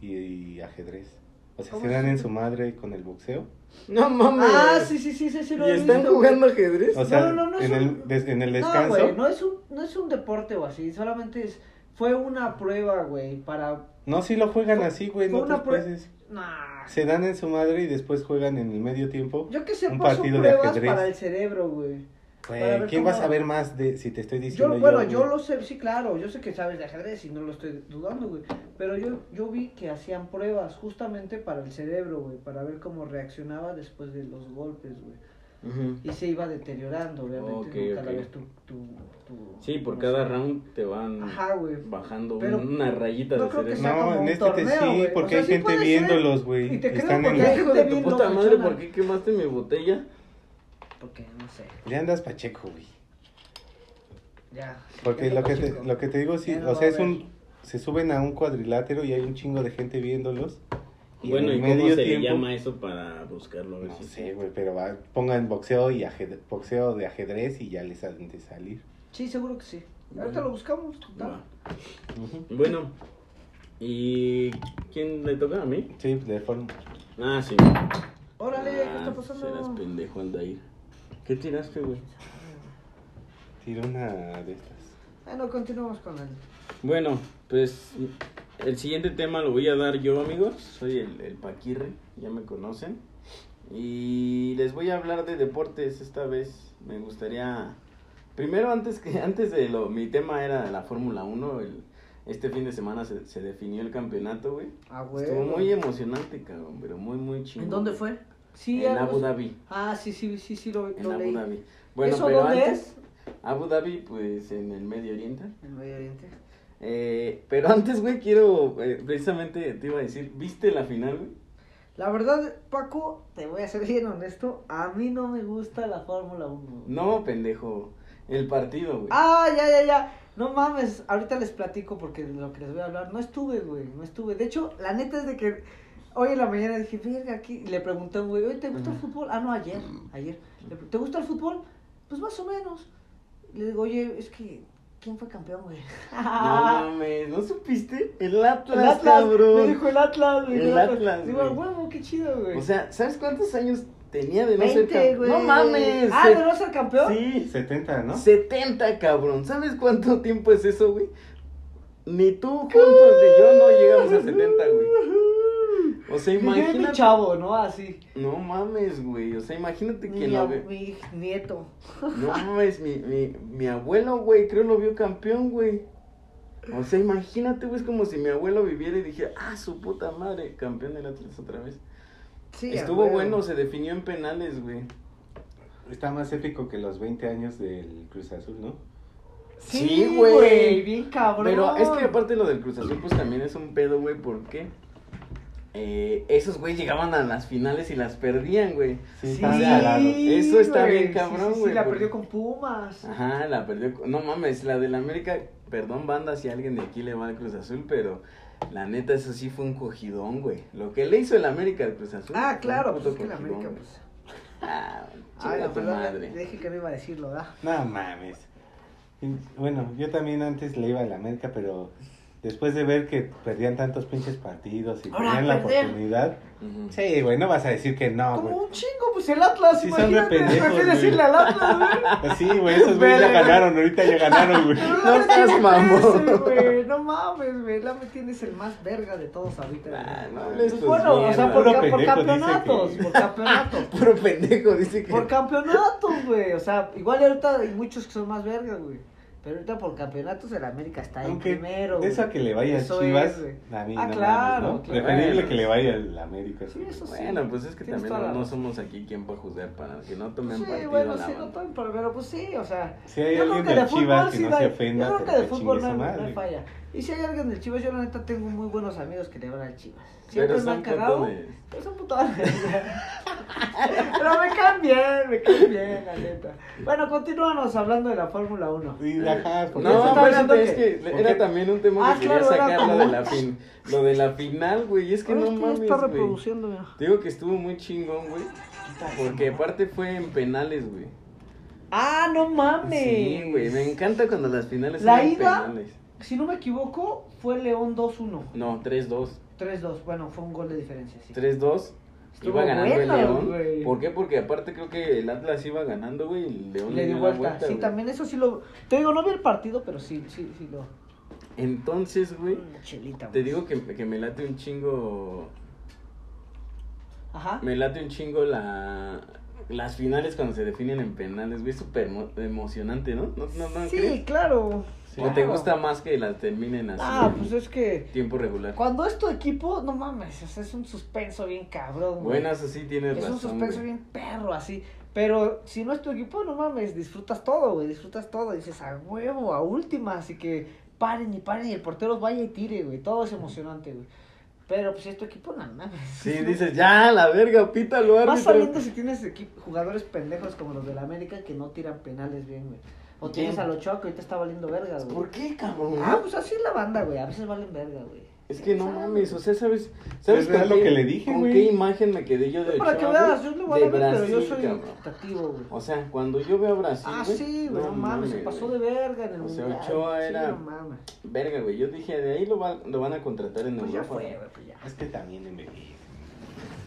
y, y ajedrez. O sea,
¿Cómo
se
es
dan en
eso?
su madre con el boxeo.
no mames.
Ah, sí, sí, sí, sí, sí lo
¿Y
he
están
visto, güey.
jugando ajedrez?
O sea,
No, no, no es
en,
un-
el, des- en el
No,
descanso.
güey, no es un, no es un deporte o así, solamente es, fue una prueba, güey, para,
No, si lo juegan así, güey, en
Fue una
otros
prue-
países.
nah,
Se dan en su madre y después juegan en el medio tiempo.
yo que sé,
Un
son
partido de
pruebas
ajedrez.
para el cerebro, güey,
Güey,
para ver
¿Quién
cómo-
va a saber más de si te estoy
yo,
diciendo
bueno, yo
güey?
lo sé, sí, claro, yo sé que sabes de ajedrez y no lo estoy dudando, güey, pero yo, yo vi que hacían pruebas justamente para el cerebro, güey, para ver cómo reaccionaba después de los golpes, güey,
Ujú.
y se iba deteriorando, obviamente,
Ok,
¿no? cada
ok.
vez tu, tu, tu-
Sí, por
no
cada
sé.
round te van
Ajá, güey.
bajando
Pero
una rayita
no
de
creo que
cerebro.
sea como
No, en
un
este te
torneo,
sí,
güey.
porque
O sea,
hay
sí
gente
puede ser.
viéndolos, güey.
Y te creo
Están en
porque
la-
hay-
Hijo de tu
viendo
puta madre,
funcionan.
¿por qué quemaste mi botella?
Porque, no sé,
Le andas pacheco, güey.
ya.
Porque
Ya
lo que, te,
chico.
lo que te digo, sí,
Ya no
o
va
sea,
a
es un... Se suben a un cuadrilátero y hay un chingo de gente viéndolos.
Bueno,
en
¿y
el
cómo
medio
se le
tiempo-
llama eso para buscarlo? A ver
No
si-
sé, güey, pero va- pongan boxeo y ajedrez, boxeo de ajedrez y ya les salen de salir.
Sí, seguro que sí. Ahorita
Bueno.
lo buscamos. total.
Va.
Ujú.
Bueno, ¿y quién le toca a mí?
Sí, de forma.
Ah, sí.
Órale, ¿qué
Ah,
está pasando?
Serás pendejo, Aldair. ¿Qué tiraste, güey?
Tira una de estas.
Bueno, continuamos con el.
Bueno, pues el siguiente tema lo voy a dar yo, amigos. Soy el, el Paquirre, ya me conocen. Y les voy a hablar de deportes esta vez. Me gustaría. Primero, antes que antes de lo. Mi tema era la Fórmula 1. el- este fin de semana se, se definió el campeonato, güey.
Ah, güey.
Estuvo muy em- emocionante, cabrón, pero muy, muy chido.
¿En dónde fue? Sí,
en
algo-
Abu Dhabi.
Ah, sí, sí, sí, sí, lo,
En
lo
Abu
leí.
Dhabi. Bueno,
¿Eso
pero
dónde
antes.
es?
Abu Dhabi, pues en el Medio Oriente.
En Medio Oriente.
Eh, pero antes, güey, quiero, eh, precisamente te iba a decir, ¿viste la final, güey?
La verdad, Paco, te voy a ser bien honesto. A mí no me gusta la Fórmula 1.
No, pendejo, el partido, güey.
Ah, ya, ya, ya. No mames, ahorita les platico porque de lo que les voy a hablar. No estuve, güey, no estuve. De hecho, la neta es de que hoy en la mañana dije, verga, aquí. y le pregunté a un güey, oye, ¿te gusta el
Ajá.
fútbol? Ah, no, ayer, ayer. Le pre- ¿Te gusta el fútbol? Pues más o menos. Le digo, oye, es que, ¿quién fue campeón, güey?
No mames, ¿no supiste? El Atlas,
ah. el Atlas,
cabrón.
me dijo el Atlas, me dijo
El Atlas,
Digo,
güey.
huevo, qué chido, güey.
O sea, ¿sabes cuántos años Tenía de no ser
20,
campeón.
güey.
No mames.
Ah,
se-
de no ser campeón.
Sí,
70, ¿no?
70, cabrón. ¿Sabes cuánto tiempo es eso, güey? Ni tú juntos ni yo no llegamos a 70, güey. O sea,
Imagínate.
imagínate.
chavo, ¿no? Así.
No mames, güey. O sea, imagínate que
Mi,
no
ab-
ve.
mi nieto.
No mames, mi, mi, mi abuelo, güey, creo lo vio campeón, güey. O sea, imagínate, güey, es como si mi abuelo viviera y dijera, ah, su puta madre, campeón del Atlas otra vez.
Sí,
Estuvo
a huevo.
bueno, se definió en penales, güey.
Está más épico que los 20 años del Cruz Azul, ¿no?
Sí,
Sí, güey.
güey. Bien cabrón.
Pero es que aparte lo del Cruz Azul, pues también es un pedo, güey, porque eh, esos, güey, llegaban a las finales y las perdían, güey.
Sí,
Sí,
está salado.
Eso está
güey.
bien cabrón,
Sí, sí, sí,
güey,
la
porque- Ah,
perdió con Pumas.
Ajá, la perdió. con- No mames, la del América. Perdón, banda, si alguien de aquí le va al Cruz Azul, pero la neta, eso sí fue un cogidón, güey. Lo que le hizo el América al Cruz Azul.
Ah,
fue
claro,
un
pues
puto
es que la
cogidón,
América,
güey.
pues.
Ah,
Ah, la
chinga tu
verdad,
madre.
dije que no iba a decirlo, ¿verdad?
No mames. Y, Bueno, yo también antes le iba a la América, pero después de ver que perdían tantos pinches partidos y
Ahora,
tenían la
perder.
oportunidad.
Ujú.
Sí, güey, no vas a decir que no,
Como
güey.
un chingo, pues el Atlas,
Ah, Sí, son re
imagínate.
pendejos,
prefiero
güey.
decirle al Atlas, güey.
Pues Sí, güey, esos güeyes ya
Verga.
ganaron, ahorita ya ganaron, güey.
No seas
tiene
mamón.
ese, güey, No mames, güey. La me tienes el más verga de todos ahorita. güey.
Ah, no
Pues
hables tus
bueno, o sea,
mierdas.
por,
Puro
ca- por
pendejo dice
campeonatos,
que-
por campeonatos.
Puro pendejo, dice que.
Por campeonatos, güey. O sea, igual ahorita hay muchos que son más vergas, güey. Pero ahorita por campeonatos el América está en
Aunque
primero.
de
güey.
eso a que le vaya a
Eso
Chivas,
es, güey.
a mí
Ah,
no
claro,
mames, ¿no?
claro.
Preferible que le vaya al América.
Sí, eso sí.
Bueno, pues es que
Tienes
también
toda
no,
la
no
razón.
somos aquí quien para juzgar, para que no tomen
Sí,
partido.
bueno,
la
sí, no
banda.
tan, pero, pero pues sí, o sea.
Si hay
yo creo
alguien
que
del
de fútbol
Chivas que
sí
no
da-
se ofenda,
Yo creo que
pero
de
que
fútbol
chingue
no,
su
no
madre.
hay falla. Y si hay alguien del Chivas, yo la neta tengo muy buenos amigos que le van al Chivas. Siempre
Pero
me han
son
cagado.
putones.
Pero son putones. pero me caen bien, me caen bien, la neta. Bueno, continuamos hablando de la Fórmula 1.
Sí, ajá, porque
Eh, eso
No,
eso-
estaba
pero
hablando
es
que-
que era también un tema
Ah,
que quería
claro, era
sacar lo de
como-
la fin, lo de la final, güey, y es que
Ahora
no
este ya
mames,
está
güey.
reproduciendo, mira.
Te digo que estuvo muy chingón, güey, porque aparte fue en penales, güey.
Ah, no mames.
Sí, güey, me encanta cuando las finales
La
son en
ida-
penales.
Si no me equivoco, fue León 2-1.
No, 3-2,
3-2. Bueno, fue un gol de diferencia, sí.
3-2.
Estuvo
Iba ganando
bueno,
el León.
güey.
¿Por qué? Porque aparte creo que el Atlas iba ganando, güey, y el León
Le dio
la
vuelta. sí,
güey.
también eso sí lo. Te digo, no vi el partido, pero sí, sí, sí lo.
Entonces, güey,
Una Chelita.
te
güey.
digo que, que me late un chingo
Ajá.
Me late un chingo la... las finales cuando se definen en penales, güey. Es súper emo- emocionante, ¿no? ¿No, no, no
sí,
crees?
claro.
¿O te
Claro.
gusta más que las terminen así?
Ah,
en
pues es que.
Tiempo regular.
Cuando es tu equipo, no mames, o sea, es un suspenso bien cabrón. güey.
Bueno, eso sí tienes
es un
razón.
suspenso
güey.
bien perro, así. Pero si no es tu equipo, no mames, disfrutas todo, güey. Disfrutas todo. Dices a huevo, a última. Así que paren y paren y el portero vaya y tire, güey. Todo es emocionante, güey. Pero pues si es tu equipo, no mames.
Sí, dices, ya, la verga, pítalo, árbitro.
Más saliendo si tienes equi- jugadores pendejos como los del América que no tiran penales bien, güey. O
¿Quién?
tienes a Lochoa que ahorita está valiendo verga, güey.
¿Por qué, cabrón?
Ah, pues así es la banda, güey. A veces valen verga, güey.
¿Eh? Es que no mames, o
sea.
sea, ¿sabes? ¿Sabes
Es real lo que le dije,
con
güey.
qué imagen me quedé yo de
Para que
Ochoa,
veas,
güey?
yo le voy a
De
ver, pero yo
Brasil,
soy
cabrón.
optativo, güey.
O sea, cuando yo veo a Brasil,
Ah, sí, güey. No, mames, se pasó
güey.
de verga en el
O sea,
mundial.
Ochoa
Sí,
era-
no mames.
Verga, güey, yo dije, de ahí lo, va- lo van a contratar en
Pues ya
Europa.
fue, güey, pues ya.
Es que también envejece.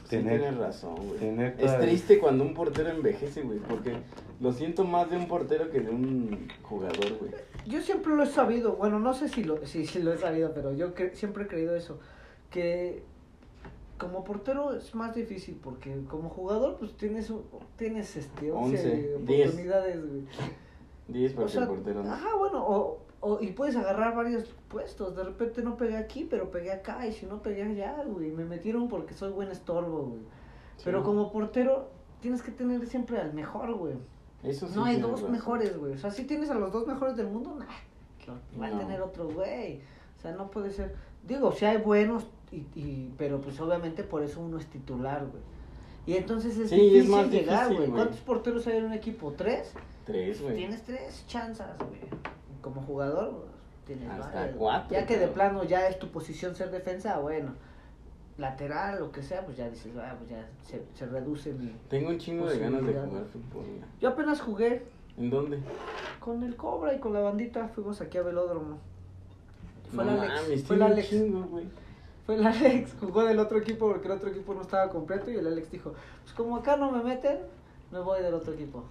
Sí,
Tener-
tienes razón, güey.
tener
Es
todas-
triste cuando un portero envejece, güey, porque lo siento más de un portero que de un jugador, güey.
Yo siempre lo he sabido, bueno, no sé si lo, si, si lo he sabido, pero yo cre- siempre he creído eso, que como portero es más difícil, porque como jugador pues tienes, un- tienes este, 11
Once, diez.
oportunidades, güey.
10
O
porque
sea, ah,
el portero no.
ajá, bueno, o, o- y puedes agarrar varios puestos, de repente no pegué aquí, pero pegué acá, y si no pegué allá, güey, me metieron porque soy buen estorbo, güey.
Sí.
Pero como portero tienes que tener siempre al mejor, güey.
Eso sí
No hay
tienes
dos
razón.
mejores, güey. O sea, si tienes a los dos mejores del mundo, nah, que va
No.
a tener otro, güey. O sea, no puede ser. Digo, si hay buenos, y, y- pero pues obviamente por eso uno es titular, güey. Y entonces es
Sí,
difícil
es más
llegar,
difícil,
güey.
güey.
¿Cuántos porteros hay en un equipo? ¿Tres?
Tres, güey.
Tienes tres chanzas, güey. Como jugador, pues, tienes
Hasta
varias, güey.
cuatro,
Ya que de
cabrón.
plano ya es tu posición ser defensa, bueno. Lateral, lo que sea, pues ya dices, ah, pues ya se, se reduce mi...
Tengo un chingo de ganas de
Posibilidad.
jugar fútbol, güey.
Yo apenas jugué
¿En dónde?
Con el Cobra y con la bandita fuimos aquí a Velódromo. Fue
no
el Alex,
mames,
fue el
tiene un
Alex.
chingo, güey.
Fue el Alex, jugó del otro equipo porque el otro equipo no estaba completo y el Alex dijo, pues como acá no me meten, me voy del otro equipo.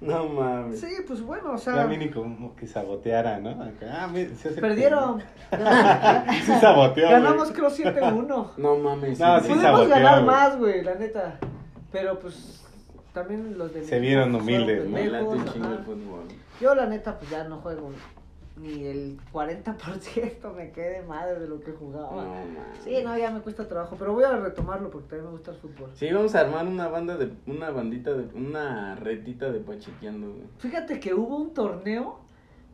No mames.
Sí, pues bueno, o
Ya
sea,
mini como que saboteara, ¿no? Acá, ah, mira, se hace-
perdieron.
Sí saboteó, güey.
Ganamos creo 7-1.
No
No, Pues
mames. sí,
sí
güey.
Pudimos
sabotearon,
ganar
güey.
más, güey, la neta. Pero pues también los de
Se vieron humildes,
Me late
pendejos,
un chingo
ajá.
el fútbol.
Yo la neta pues ya no juego ni el 40% me quedé madre de lo que jugaba.
No mames.
Sí, no, ya me cuesta trabajo, pero voy a retomarlo porque también me gusta el fútbol.
Sí, vamos a armar una banda de. Una bandita de. Una retita de pachequeando, güey.
Fíjate que hubo un torneo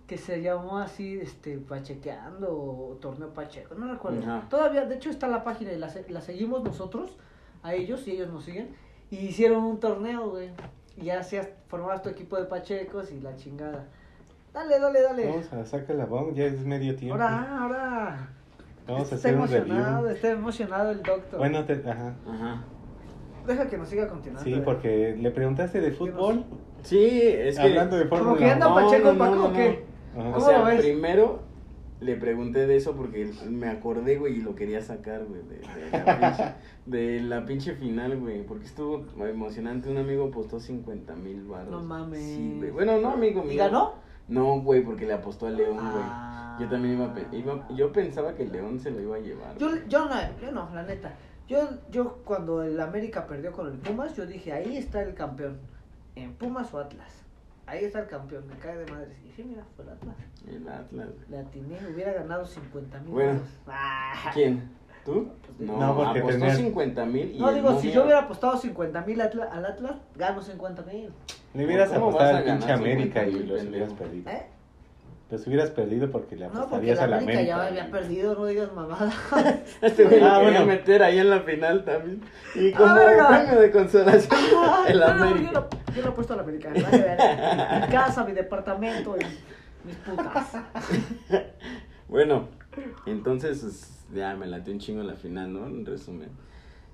que se llamó así, este, Pachequeando o Torneo Pacheco, no recuerdo.
Ajá.
Todavía, de hecho está la página y la, se- la seguimos nosotros a ellos y ellos nos siguen. Y hicieron un torneo, güey. Y ya hacías, formabas tu equipo de Pachecos y la chingada. Dale, dale, dale.
Vamos a sacar la bomba, ya es medio tiempo.
Ahora, ahora.
Vamos a
está
hacer un
emocionado,
review.
está emocionado el doctor.
Bueno, te- ajá.
Ajá.
Deja que nos siga continuando.
Sí,
eh.
porque le preguntaste de fútbol,
Sí, es que.
hablando de
Como que
Fórmula
anda
No,
Pacheco,
no,
Paco,
no,
¿o qué?
Ajá.
O
¿Cómo
sea,
lo ves?
primero le pregunté de eso porque me acordé, güey, y lo quería sacar, güey, de, de la, pinche, de la pinche final, güey, porque estuvo emocionante. Un amigo apostó 50 mil baros.
No mames.
Sí, güey. Bueno, no, amigo mío.
¿Y ganó?
No, güey, porque le apostó a León, güey.
Ah.
Yo también iba, a pe- iba- Yo pensaba que León se lo iba a llevar.
Yo,
güey.
yo no, yo no, la neta. Yo, yo cuando el América perdió con el Pumas, yo dije, ahí está el campeón. En Pumas o Atlas. Ahí está el campeón, me cae de madre. Y sí, mira, fue el Atlas.
El Atlas, güey.
La atiné, hubiera ganado 50 mil
Bueno.
pesos. Ah.
¿Quién? ¿Tú? No,
No, porque
apostó
tenía-
50 mil.
No, digo, si yo hubiera apostado 50 mil atla- al Atlas, gano 50 mil.
Le hubieras
¿Cómo vas
apostado
a
al pinche
ganar
América
50,000,
y los
pendejo?
hubieras perdido.
¿Eh?
Los hubieras perdido porque le
pues,
No, porque
apostarías
el
a la
América,
América.
ya había perdido, no digas mamada.
Este güey
Ah,
lo quería
bueno.
meter ahí en la final también. Y como
Ah, verga.
premio de consolación, el
No, no,
América.
Yo lo, yo lo he puesto al América. nada que ver. Mi casa, mi departamento, y mis putas.
Bueno, entonces es- ya me late un chingo la final, ¿no? En resumen.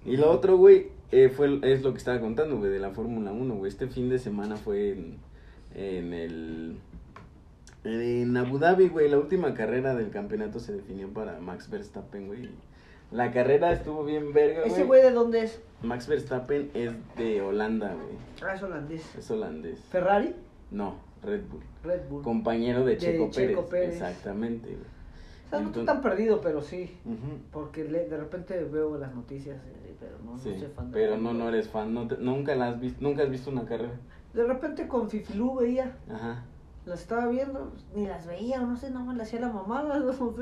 Y lo otro, güey, eh, fue, es lo que estaba contando, güey, de la Fórmula 1, güey. Este fin de semana fue en, en el... En Abu Dhabi, güey, la última carrera del campeonato se definió para Max Verstappen, güey. La carrera estuvo bien verga, güey.
¿Ese güey de dónde es?
Max Verstappen es de Holanda, güey.
Ah, es holandés.
Es holandés.
Ferrari,
No, Red Bull.
Red Bull.
Compañero de
De
Checo,
Checo
Pérez.
Pérez.
Exactamente, güey.
O sea, no estoy
Entonces-
tan perdido, pero sí.
Ujú.
Porque le- de repente veo las noticias, eh, pero no, no
Sí,
soy fan de
pero
Red
no,
Bull.
no eres fan, no te- nunca la has visto, nunca has visto una carrera.
De repente con Fifilú veía,
Ajá.
las estaba viendo, ni las veía, o no sé, nada más le hacía la mamada, no sé, güey.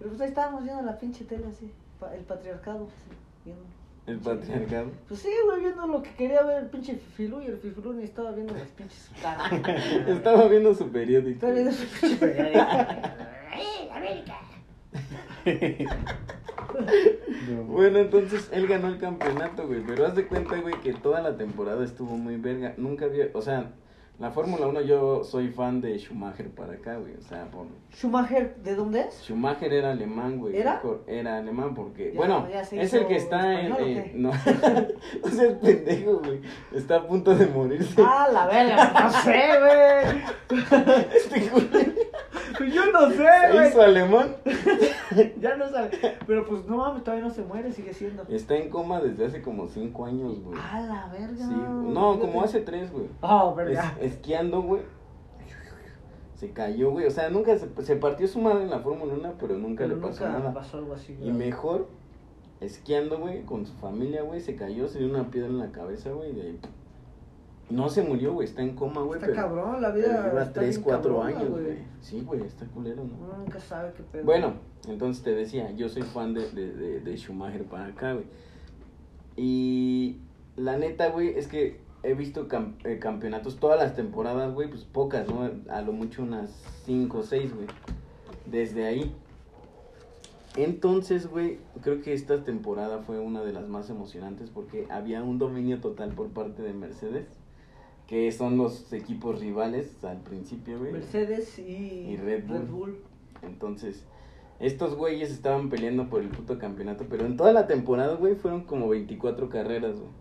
Pero pues ahí estábamos viendo la pinche tele así, pa- el patriarcado, así, viendo.
El
Sí.
patriarcado.
Pues sí, güey, viendo lo que quería ver el pinche Fifilú y el Fifilú ni estaba viendo las pinches caras.
Estaba viendo su periódico.
Estaba viendo su pinche periódico.
Bueno, entonces él ganó el campeonato, güey. Pero haz de cuenta, güey, que toda la temporada estuvo muy verga. Nunca había, o sea, la Fórmula 1 yo soy fan de Schumacher para acá, güey. O sea, por,
Schumacher, ¿de dónde es?
Schumacher era alemán, güey.
¿Era?
Cor- Era alemán porque,
Ya,
bueno,
ya se
es
hizo
el que está en,
español, ¿o
en-
qué?
no, o sea, es pendejo, güey. Está a punto de morirse.
Ah, la verga, no sé, güey.
Este güey
Pues Yo no sé,
se hizo
güey.
alemán.
Ya no sabe. Pero pues no mames, todavía no se muere, sigue siendo.
Está en coma desde hace como 5 años, güey.
Ah, la verga.
Sí, güey. no, como hace 3, güey.
Oh,
Es-
verga.
esquiando, güey. Se cayó, güey. O sea, nunca se, se partió su madre en la Fórmula 1, pero nunca
Pero
le pasó
nunca
nada.
pasó algo así.
Y
güey.
mejor, esquiando, güey, con su familia, güey, se cayó, se dio una piedra en la cabeza, güey, y de ahí... No se murió, güey, está en coma, güey,
Está
pero...
cabrón, la
pero
vida.
lleva
está
3,
bien
4
cabrona,
años, güey. Sí, güey, está culero, ¿no?
Uno nunca sabe qué pedo.
Bueno, entonces te decía, yo soy fan de, de, de- de Schumacher para acá, güey. Y la neta, güey, es que he visto cam- eh, campeonatos todas las temporadas, güey, pues pocas, ¿no? A lo mucho unas 5 o 6, güey. Desde ahí. Entonces, güey, creo que esta temporada fue una de las más emocionantes porque había un dominio total por parte de Mercedes, que son los equipos rivales al principio, güey.
Mercedes y,
Y Red Bull. Entonces, estos güeyes estaban peleando por el puto campeonato, pero en toda la temporada, güey, fueron como 24 carreras, güey.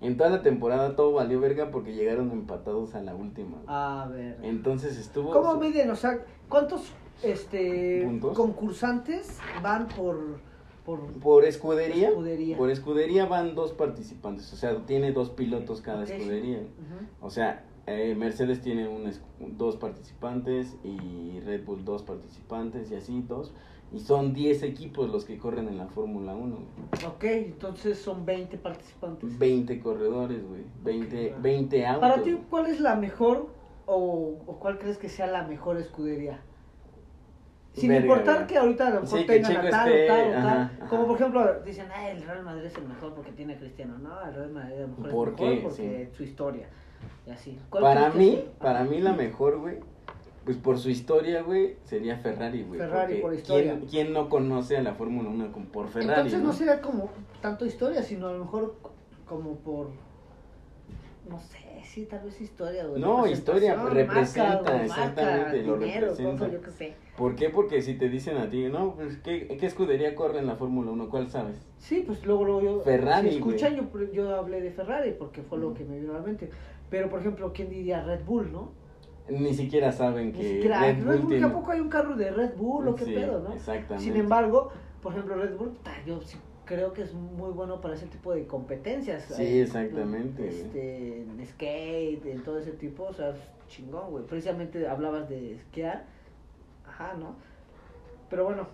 En toda la temporada todo valió verga porque
Ah.
llegaron empatados a la última. güey.
A ver.
Entonces estuvo...
¿Cómo miden? O sea, ¿cuántos este,
¿Puntos?
concursantes van por, por
Por escudería,
Escudería.
Por escudería van dos participantes. O sea, tiene dos pilotos cada
Ok.
escudería.
Ujú.
O sea, eh, Mercedes tiene un es- dos participantes y Red Bull dos participantes y así dos. Y son 10 equipos los que corren en la Fórmula 1.
Ok, entonces son 20 participantes.
20 corredores, güey. 20,
va.
20 autos.
Para ti, ¿cuál es la mejor o, o cuál crees que sea la mejor escudería? Sin
Verga,
importar
güey.
que ahorita a lo mejor
Sí, que
tengan a
Checo
tal
esté-
o tal o tal.
ajá, ajá.
Como por ejemplo, dicen, ah, el Real Madrid es el mejor porque tiene a Cristiano. No, el Real Madrid a lo mejor
¿Por
es mejor
qué?
porque su historia. Y así. ¿Cuál
Para
crees que
mí,
sea?
para mí la mejor, güey. Pues por su historia, güey, sería Ferrari, güey.
Ferrari,
porque
por historia.
¿quién, quién no conoce a la Fórmula 1 con, por Ferrari?
Entonces no sería como tanto historia, sino a lo mejor como por. No sé, sí, tal vez historia. güey,
No, historia,
representación,
representa,
güey,
exactamente, lo
dinero,
representa.
todo, yo qué sé.
¿Por qué? Porque si te dicen a ti, no, pues, ¿qué, qué escudería corre en la Fórmula 1? ¿Cuál sabes?
Sí, pues luego, luego yo.
Ferrari,
Si escuchan, yo, yo hablé de Ferrari porque fue lo
Ujú.
que me vino a la mente. Pero, por ejemplo, ¿quién diría Red Bull, no?
Ni siquiera saben
Ni
que
siquiera.
Red Bull tiene...
tampoco hay un carro de Red Bull o qué
Sí,
pedo, no?
Exactamente.
Sin embargo, por ejemplo, Red Bull, ta, yo sí creo que es muy bueno para ese tipo de competencias.
Sí,
eh,
exactamente,
Este, en skate, en todo ese tipo, o sea, es chingón, güey. Precisamente hablabas de esquiar. Ajá, ¿no? Pero bueno,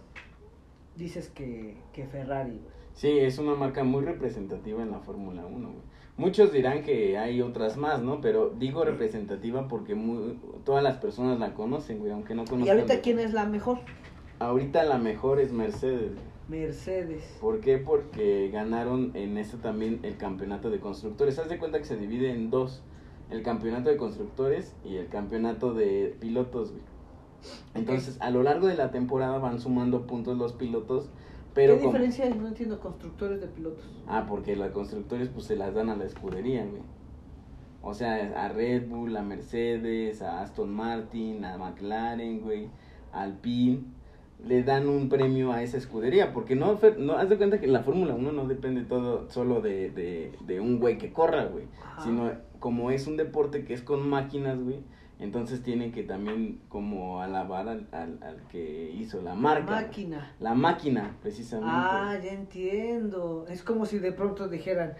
dices que, que Ferrari, güey.
Sí, es una marca muy representativa en la Fórmula 1, güey. Muchos dirán que hay otras más, ¿no? Pero digo representativa porque muy- todas las personas la conocen, güey, aunque no conozcan.
¿Y ahorita
de-
quién es la mejor?
Ahorita la mejor es Mercedes. güey.
Mercedes.
¿Por qué? Porque ganaron en este también el campeonato de constructores. Haz de cuenta que se divide en dos. El campeonato de constructores y el campeonato de pilotos, güey. Entonces, a lo largo de la temporada van sumando puntos los pilotos, pero
¿Qué
con-
diferencia hay? No entiendo, constructores de pilotos.
Ah, porque los constructores pues se las dan a la escudería, güey. O sea, a Red Bull, a Mercedes, a Aston Martin, a McLaren, güey, a Alpine. Le dan un premio a esa escudería, porque no, Fer- no haz de cuenta que la Fórmula 1 no depende todo solo de, de, de un güey que corra, güey.
Ajá.
Sino como es un deporte que es con máquinas, güey, entonces tiene que también como alabar al, al, al que hizo la marca. güey.
Máquina.
La máquina, precisamente.
Ah, ya entiendo. Es como si de pronto dijeran,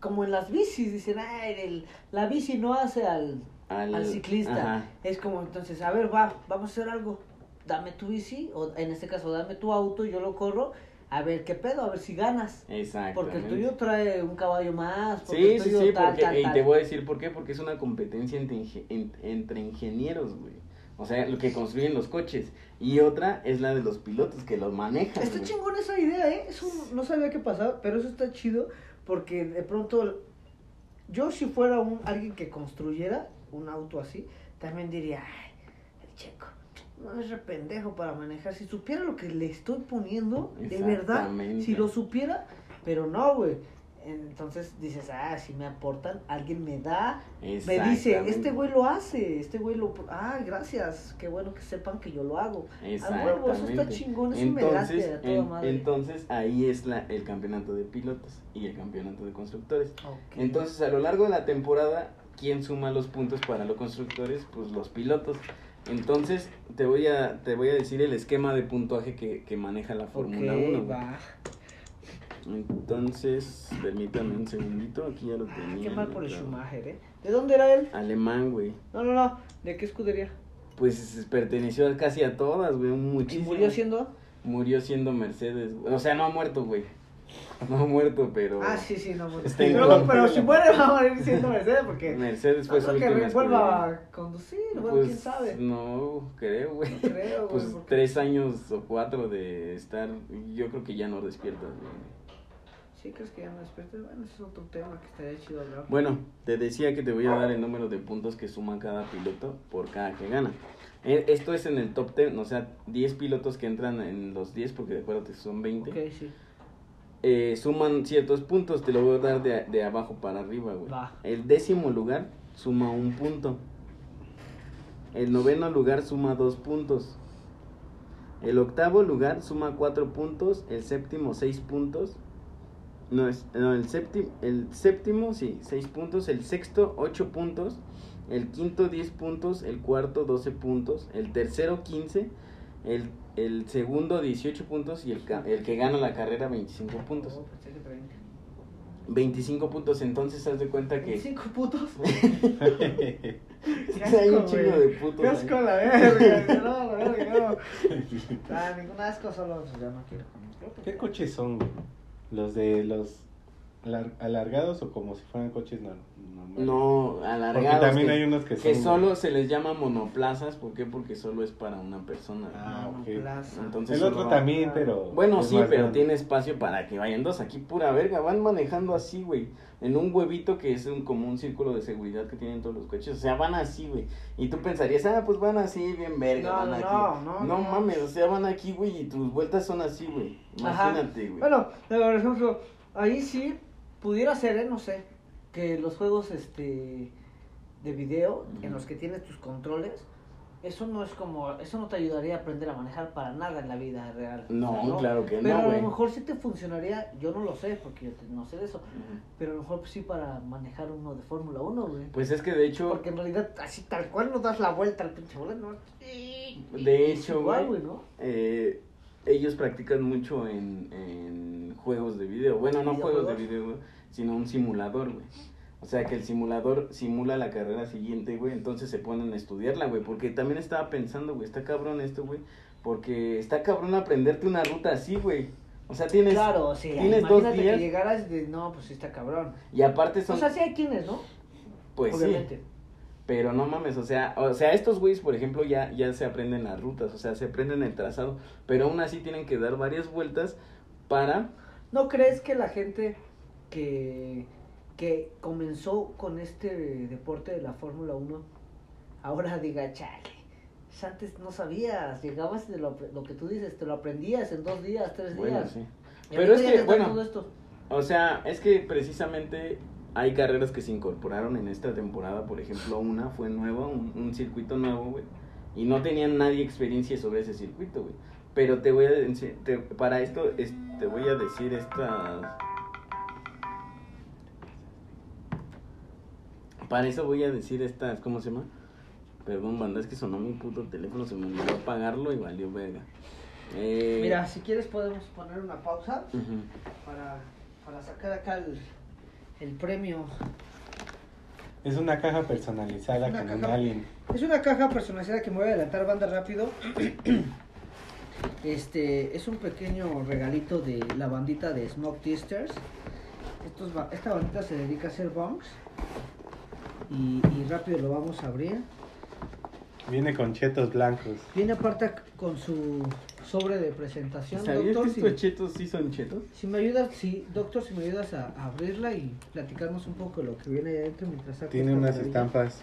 como en las bicis, dicen, ah, el- la bici no hace al,
al,
al ciclista.
ajá.
Es como entonces, a ver, va, vamos a hacer algo. Dame tu bici, o en este caso, dame tu auto, yo lo corro. A ver qué pedo, a ver si ganas.
Exactamente.
Porque el tuyo trae un caballo más. Porque
Sí,
el
sí,
tuyo
sí,
tal,
porque,
tal,
y
tal.
te voy a decir por qué, porque es una competencia entre, inge- en- entre ingenieros, güey. O sea, lo que construyen los coches. Y otra es la de los pilotos que los manejan.
Está
güey.
chingón esa idea, ¿eh? Eso no sabía qué pasaba, pero eso está chido porque de pronto yo si fuera un, alguien que construyera un auto así, también diría, ay, el checo, no es re pendejo para manejar. Si supiera lo que le estoy poniendo, de verdad,
Exactamente.
si lo supiera, pero no, güey. Entonces dices, ah, si me aportan, alguien me da, me dice,
Exactamente.
este güey lo hace, este güey lo... Ah, gracias, qué bueno que sepan que yo lo hago. Ah,
Exactamente.
huevo, eso está chingón, eso me late
entonces,
a toda
en-
madre.
entonces ahí es la, el campeonato de pilotos y el campeonato de constructores.
Ok.
Entonces, a lo largo de la temporada, ¿quién suma los puntos para los constructores? Pues los pilotos. Entonces, te voy a, te voy a decir el esquema de puntaje que, que maneja la Fórmula
Ok,
1. güey.
va. Ah,
Entonces, permítame un segundito, aquí ya lo
Ah,
tenía.
Qué mal por el
anotado.
Schumacher, ¿eh? ¿De dónde era él?
Alemán, güey.
No, no, no. ¿De qué escudería?
Pues perteneció a- casi a todas, güey, muchísimo.
¿Y murió siendo?
Murió siendo Mercedes, güey. O sea, no ha muerto, güey. No ha muerto, pero...
Ah, sí, sí, no murió.
Está en
Pero,
contra.
pero si muere va a morir siendo Mercedes porque...
Mercedes fue
no
su
creo que
última
re- Ah, vuelva
escudería.
a conducir, bueno,
Pues,
quién sabe.
No, creo, güey.
No creo, güey.
Pues
porque-
tres años o cuatro de estar, yo creo que ya no despiertas, güey.
Sí, crees que ya no despierta. Bueno, ese es otro tema que estaría chido hablar.
Bueno, te decía que te voy a dar el número de puntos que suma cada piloto por cada que gana. Eh, Esto es en el top 10, o sea, 10 pilotos que entran en los 10, porque de acuerdo que son 20,
ok, sí.
eh, suman ciertos puntos, te lo voy a dar de, de abajo para arriba, güey.
Va.
El décimo lugar suma un punto. El noveno lugar suma dos puntos. El octavo lugar suma cuatro puntos. El séptimo, seis puntos. No, es, no, el séptimo, el séptimo, sí, seis puntos. El sexto, ocho puntos. El quinto, diez puntos. El cuarto, doce puntos. El tercero, quince. el, el segundo 18 puntos y el, ca- el que gana la carrera 25 puntos.
Oh, pensé que traía
25 puntos, entonces haz de cuenta que...
Cinco putos. Qué
Hay un
asco,
chingo
güey.
de putos.
Qué
ahí.
asco la verga. No, la verga, no. Ah, ningún asco, solo pues, ya no quiero
¿Qué coches son? güey? ¿Los de los alar- alargados o como si fueran coches nor- normales?
No,
Porque
alargados.
también
que,
hay unos que son...
que solo se les llama monoplazas, ¿por qué? Porque solo es para una persona.
Ah, ok.
Plaza.
Entonces-
El otro también, pero...
Bueno,
es
sí,
más
pero
grande.
tiene espacio para que vayan dos. Aquí pura verga, van manejando así, güey. En un huevito que es un, como un círculo de seguridad que tienen todos los coches. O sea, van así, güey. Y tú pensarías, ah, pues van así, bien verga.
No,
van
no,
aquí.
no, no, no.
mames, o sea, van aquí, güey, y tus vueltas son así, güey.
Ajá.
Imagínate, güey.
Bueno, por ejemplo, ahí sí pudiera ser, ¿eh? no sé, que los juegos este de video en
Ujú.
los que tienes tus controles, eso no es como, eso no te ayudaría a aprender a manejar para nada en la vida real.
no,
O sea,
claro que
Pero
no,
a
güey.
lo mejor sí te funcionaría, yo no lo sé, porque yo te- no sé de eso, pero a lo mejor sí para manejar uno de Fórmula 1, güey.
Pues es que de hecho,
Porque en realidad, así tal cual, no das la vuelta al pinche volante, ¿no?
de hecho,
Igual,
güey.
güey, ¿no?
eh, ellos practican mucho en, en juegos de video. Bueno, no juegos de video, güey, sino un simulador, güey. O sea, que el simulador simula la carrera siguiente, güey. Entonces se ponen a estudiarla, güey. Porque también estaba pensando, güey, está cabrón esto, güey. Porque está cabrón aprenderte una ruta así, güey. O sea, tienes...
Claro, sí.
tienes dos
imagínate
días.
que llegaras de, no, pues sí está cabrón.
Y aparte
O
son...
sea, sí hay quienes, ¿no?
pues sí.
Obviamente.
Pero no mames, o sea, o sea, estos güeyes, por ejemplo, ya, ya se aprenden las rutas, o sea, se aprenden el trazado, pero aún así tienen que dar varias vueltas para...
¿No crees que la gente que, que comenzó con este deporte de la Fórmula 1 ahora diga, chale, pues antes no sabías, llegabas y te lo, apre- lo que tú dices, te lo aprendías en dos días, tres
Bueno,
días.
sí.
Y
Pero
ahorita
es
ya
que,
te dan
bueno,
todo esto.
O sea, es que precisamente hay carreras que se incorporaron en esta temporada, por ejemplo, una fue nueva, un, un circuito nuevo, güey, y no tenían nadie experiencia sobre ese circuito, güey. Pero te voy a decir, te- para esto, es- te voy a decir estas... Para eso voy a decir estas, ¿cómo se llama? Perdón, banda, es que sonó mi puto teléfono, se me olvidó apagarlo y valió verga. Eh,
Mira, si quieres podemos poner una pausa
ujú.
para, para sacar acá el, el premio.
Es una caja personalizada
Una
con un
caja.
alien.
Es una caja personalizada que me voy a adelantar banda rápido. Este es un pequeño regalito de la bandita de Smoke Tisters. Estos ba- esta bandita se dedica a hacer bongs. Y, y rápido lo vamos a abrir.
Viene con chetos blancos.
Viene aparte ac- con su sobre de presentación,
¿Sabías que
doctor.
estos
Si,
chetos sí son chetos?
si me ayudas, sí, doctor, si me ayudas a, a abrirla y platicarnos un poco de lo que viene ahí adentro mientras saco
Tiene
esta
unas
maravilla.
estampas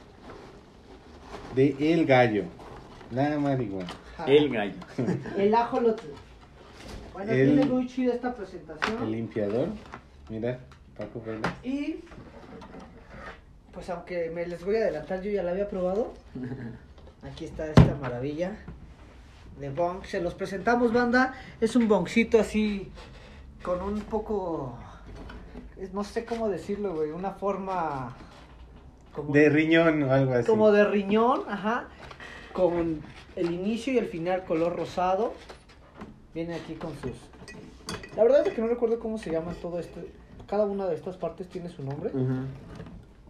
de El Gallo. La marihuana.
Ja.
El gallo.
Ah, El ajolote. Bueno,
El-
tiene muy chida esta presentación.
El limpiador. Mira, Paco Vela.
Y pues aunque me les voy a adelantar, yo ya la había probado. Aquí está esta maravilla de bong. Se los presentamos, banda. Es un boncito así con un poco es- no sé cómo decirlo, güey, una forma como
De riñón o algo así.
como de riñón, ajá, con el inicio y el final color rosado. Viene aquí con sus. La verdad es que no recuerdo cómo se llama todo esto. Cada una de estas partes tiene su nombre,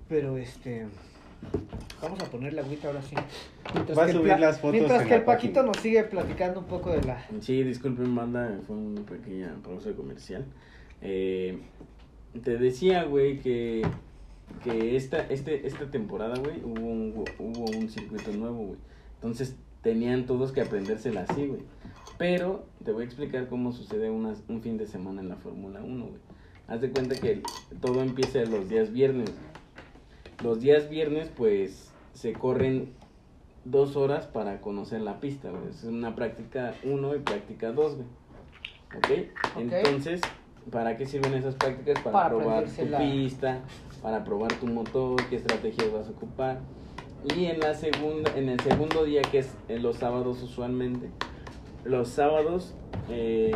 pero este. Vamos a poner la agüita ahora sí. Mientras
Va a
que el
subir
pla-
las fotos
Mientras
en
que
la
el Paquito
página.
nos sigue platicando un poco de la.
Sí, disculpen, banda, fue una pequeña pausa comercial. Eh, te decía, güey, que, que esta, este, esta temporada, güey, hubo un, hubo un circuito nuevo, güey. Entonces tenían todos que aprendérsela así, güey. Pero te voy a explicar cómo sucede unas- un fin de semana en la Fórmula 1, güey. Haz de cuenta que todo empieza los días viernes. Los días viernes, pues, se corren dos horas para conocer la pista, güey. Es una práctica 1 y práctica 2, güey. ¿Ok?
Ok.
Entonces, ¿para qué sirven esas prácticas? Para,
Para
probar tu
aprendérsela.
pista, para probar tu motor, qué estrategias vas a ocupar. Y en, la segunda, en el segundo día, que es en los sábados usualmente, los sábados eh,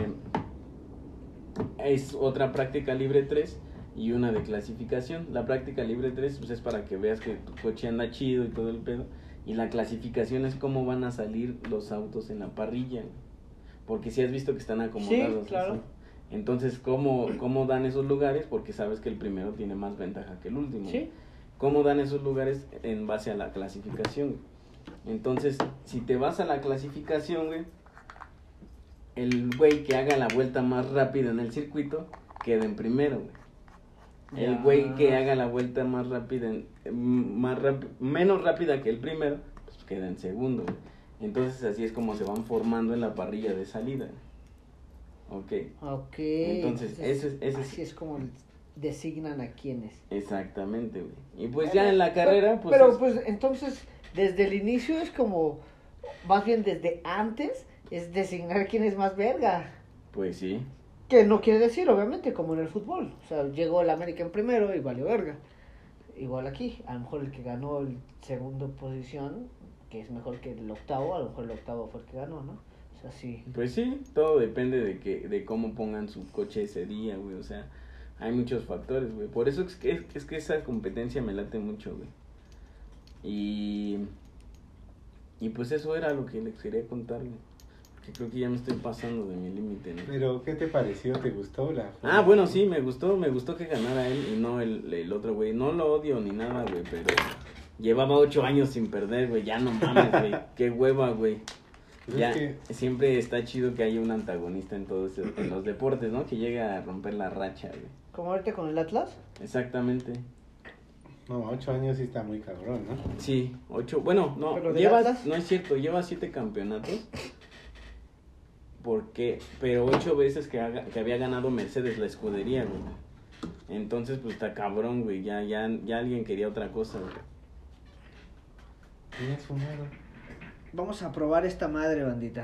es otra práctica libre 3 y una de clasificación. La práctica libre 3 pues, es para que veas que tu coche anda chido y todo el pedo. Y la clasificación es cómo van a salir los autos en la parrilla. güey. Porque si has visto que están acomodados.
Sí, claro.
así. Entonces, ¿cómo, ¿cómo dan esos lugares? Porque sabes que el primero tiene más ventaja que el último.
Sí.
¿Cómo dan esos lugares en base a la clasificación? güey? Entonces, si te vas a la clasificación, güey, el güey que haga la vuelta más rápida en el circuito queda en primero, güey. El
Ya.
güey que haga la vuelta más rápida, en- m- más rap- menos rápida que el primero, pues queda en segundo. güey. Entonces así es como se van formando en la parrilla de salida. Ok,
Ok.
Entonces, ese es- ese es-
así es como designan a quienes.
exactamente, güey. Y pues ya en la carrera, pues...
Pero
es-
pues entonces, desde el inicio es como, más bien desde antes, es designar quién es más verga.
pues sí.
Que no quiere decir, obviamente, como en el fútbol. O sea, llegó el América en primero y valió verga. Igual aquí, a lo mejor el que ganó el segundo posición, que es mejor que el octavo, a lo mejor el octavo fue el que ganó, ¿no? O sea, sí.
Pues sí, todo depende de que, de cómo pongan su coche ese día, güey. O sea, hay muchos factores, güey. Por eso es que, es, que esa competencia me late mucho, güey. Y, y pues eso era lo que les quería contar, güey. Porque creo que ya me estoy pasando de mi límite, ¿no?
Pero, ¿qué te pareció? ¿Te gustó la
Ah, bueno, sí, me gustó, me gustó que ganara él y no el, el otro, güey. No lo odio ni nada, güey, pero llevaba ocho años sin perder, güey. Ya no mames, güey. Qué hueva, güey.
Pues es
Ya,
que-
siempre está chido que haya un antagonista en todos esos- en los deportes, ¿no? Que llega a romper la racha, güey.
Como ahorita con el Atlas.
Exactamente.
No, ocho años sí está muy cabrón, ¿no?
Sí, ocho, bueno, no,
Pero de
lleva,
Atlas.
no es cierto, lleva siete campeonatos. Porque, pero ocho veces que, haga- que había ganado Mercedes la escudería, güey. Entonces, pues está cabrón, güey. Ya, ya, ya alguien quería otra cosa, güey.
Tienes fumado.
Vamos a probar esta madre, bandita.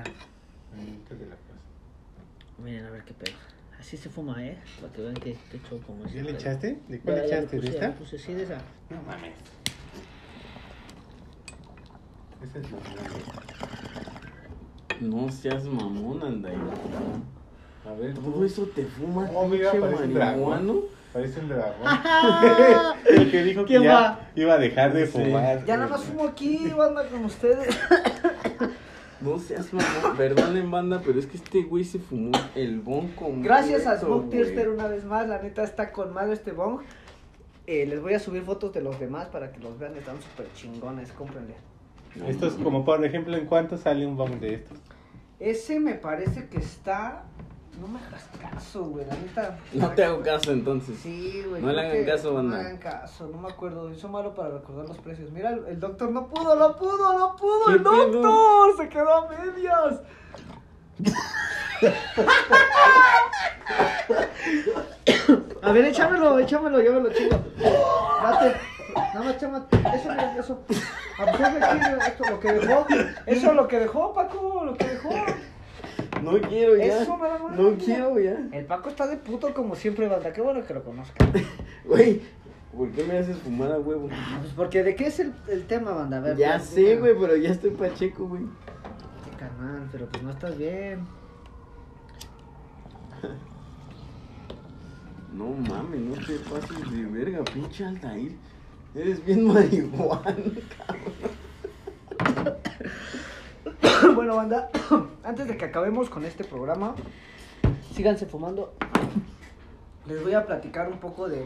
Ahí te la paso.
Miren, a ver qué pedo. Así se fuma, ¿eh? Para que vean que te choco.
¿Ya le echaste? ¿De cuál le echaste? ¿De esta?
Puse, pues, sí, de esa.
No mames. Esa es la grande.
No seas mamón, anda.
A ver,
Todo eso te fuma,
Oh, mira,
pinche
parece un dragón.
marihuano.
Parece el dragón. el que dijo que
¿Quién
ya
va?
iba a dejar de
Sí.
fumar.
Ya nada más fumo aquí, banda, con ustedes.
No seas mamón, perdonen banda, pero es que este güey se fumó el bonco.
Gracias a Smoke
Smoke
Tierster una vez más, la neta está con madre este bong. Eh, les voy a subir fotos de los demás para que los vean, están súper chingones, cómprenle.
Estos, como por ejemplo, ¿en cuánto sale un bomb de estos?
Ese me parece que está... No me hagas caso, güey, la neta.
No te hago caso entonces.
Sí, güey.
No le
creo
hagan
que
caso, banda.
No le hagan caso, no me acuerdo. Hizo malo para recordar los precios. Mira, el, el doctor no pudo, no pudo, no pudo.
¿Qué
El
pedo?
doctor se quedó a medias. a ver, échamelo, échamelo, yo me lo chingo. Date. Nada más, chama. Eso, mira, eso. Absorbe aquí esto, lo que dejó. Eso lo que dejó, Paco, lo que dejó.
No quiero ya.
Eso, nada más.
no quiero ya.
El Paco está de puto como siempre, banda. Qué bueno que lo conozcan.
Güey, ¿por qué me haces fumar a huevo?
Ah, Pues porque de qué es el, el tema, banda. A ver,
Ya
pues,
sé,
mira.
güey, pero ya estoy pacheco, güey.
Este canal, pero pues no estás bien.
No mames, no te pases de verga, pinche Altair. Eres bien marihuana.
bueno, banda, antes de que acabemos con este programa, síganse fumando. Les voy a platicar un poco de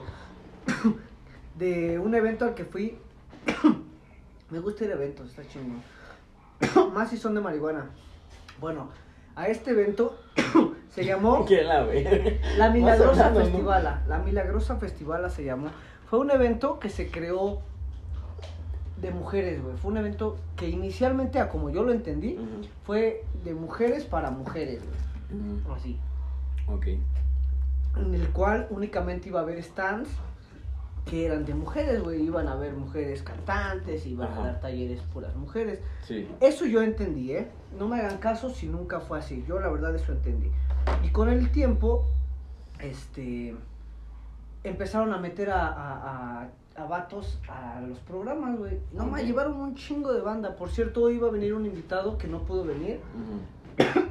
de un evento al que fui. Me gusta ir a eventos, está chingón. Más si son de marihuana. Bueno, a este evento se llamó
Que la verga.
La
Más
Milagrosa
hablando, ¿no?
Festivala. La Milagrosa Festivala se llamó. Fue un evento que se creó de mujeres, güey. Fue un evento que inicialmente, a como yo lo entendí,
Ujú.
fue de mujeres para mujeres, güey.
Ujú.
Así.
Ok.
En el cual únicamente iba a haber stands que eran de mujeres, güey. Iban a haber mujeres cantantes, iban
Ajá.
a dar talleres puras mujeres.
Sí.
Eso yo entendí, ¿eh? No me hagan caso si nunca fue así. Yo la verdad eso entendí. Y con el tiempo, este, empezaron a meter a, a, a- a vatos a los programas, güey. No me
Ok.
llevaron un chingo de banda. Por cierto, hoy iba a venir un invitado que no pudo venir.
Ujú.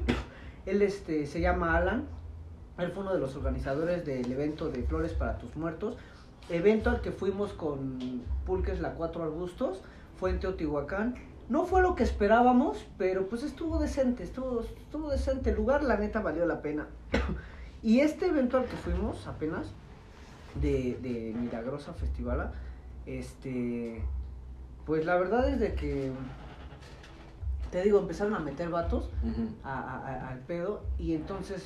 Él este, se llama Alan. Él fue uno de los organizadores del evento de Flores para tus Muertos. Evento al que fuimos con Pulques La Cuatro Arbustos. Fue en Teotihuacán. No fue lo que esperábamos, pero pues estuvo decente, estuvo, estuvo decente el lugar, la neta valió la pena. y este evento al que fuimos apenas, de, de Milagrosa Festivala, este, pues la verdad es de que, te digo, empezaron a meter vatos
Ujú.
a- a- a- al pedo y entonces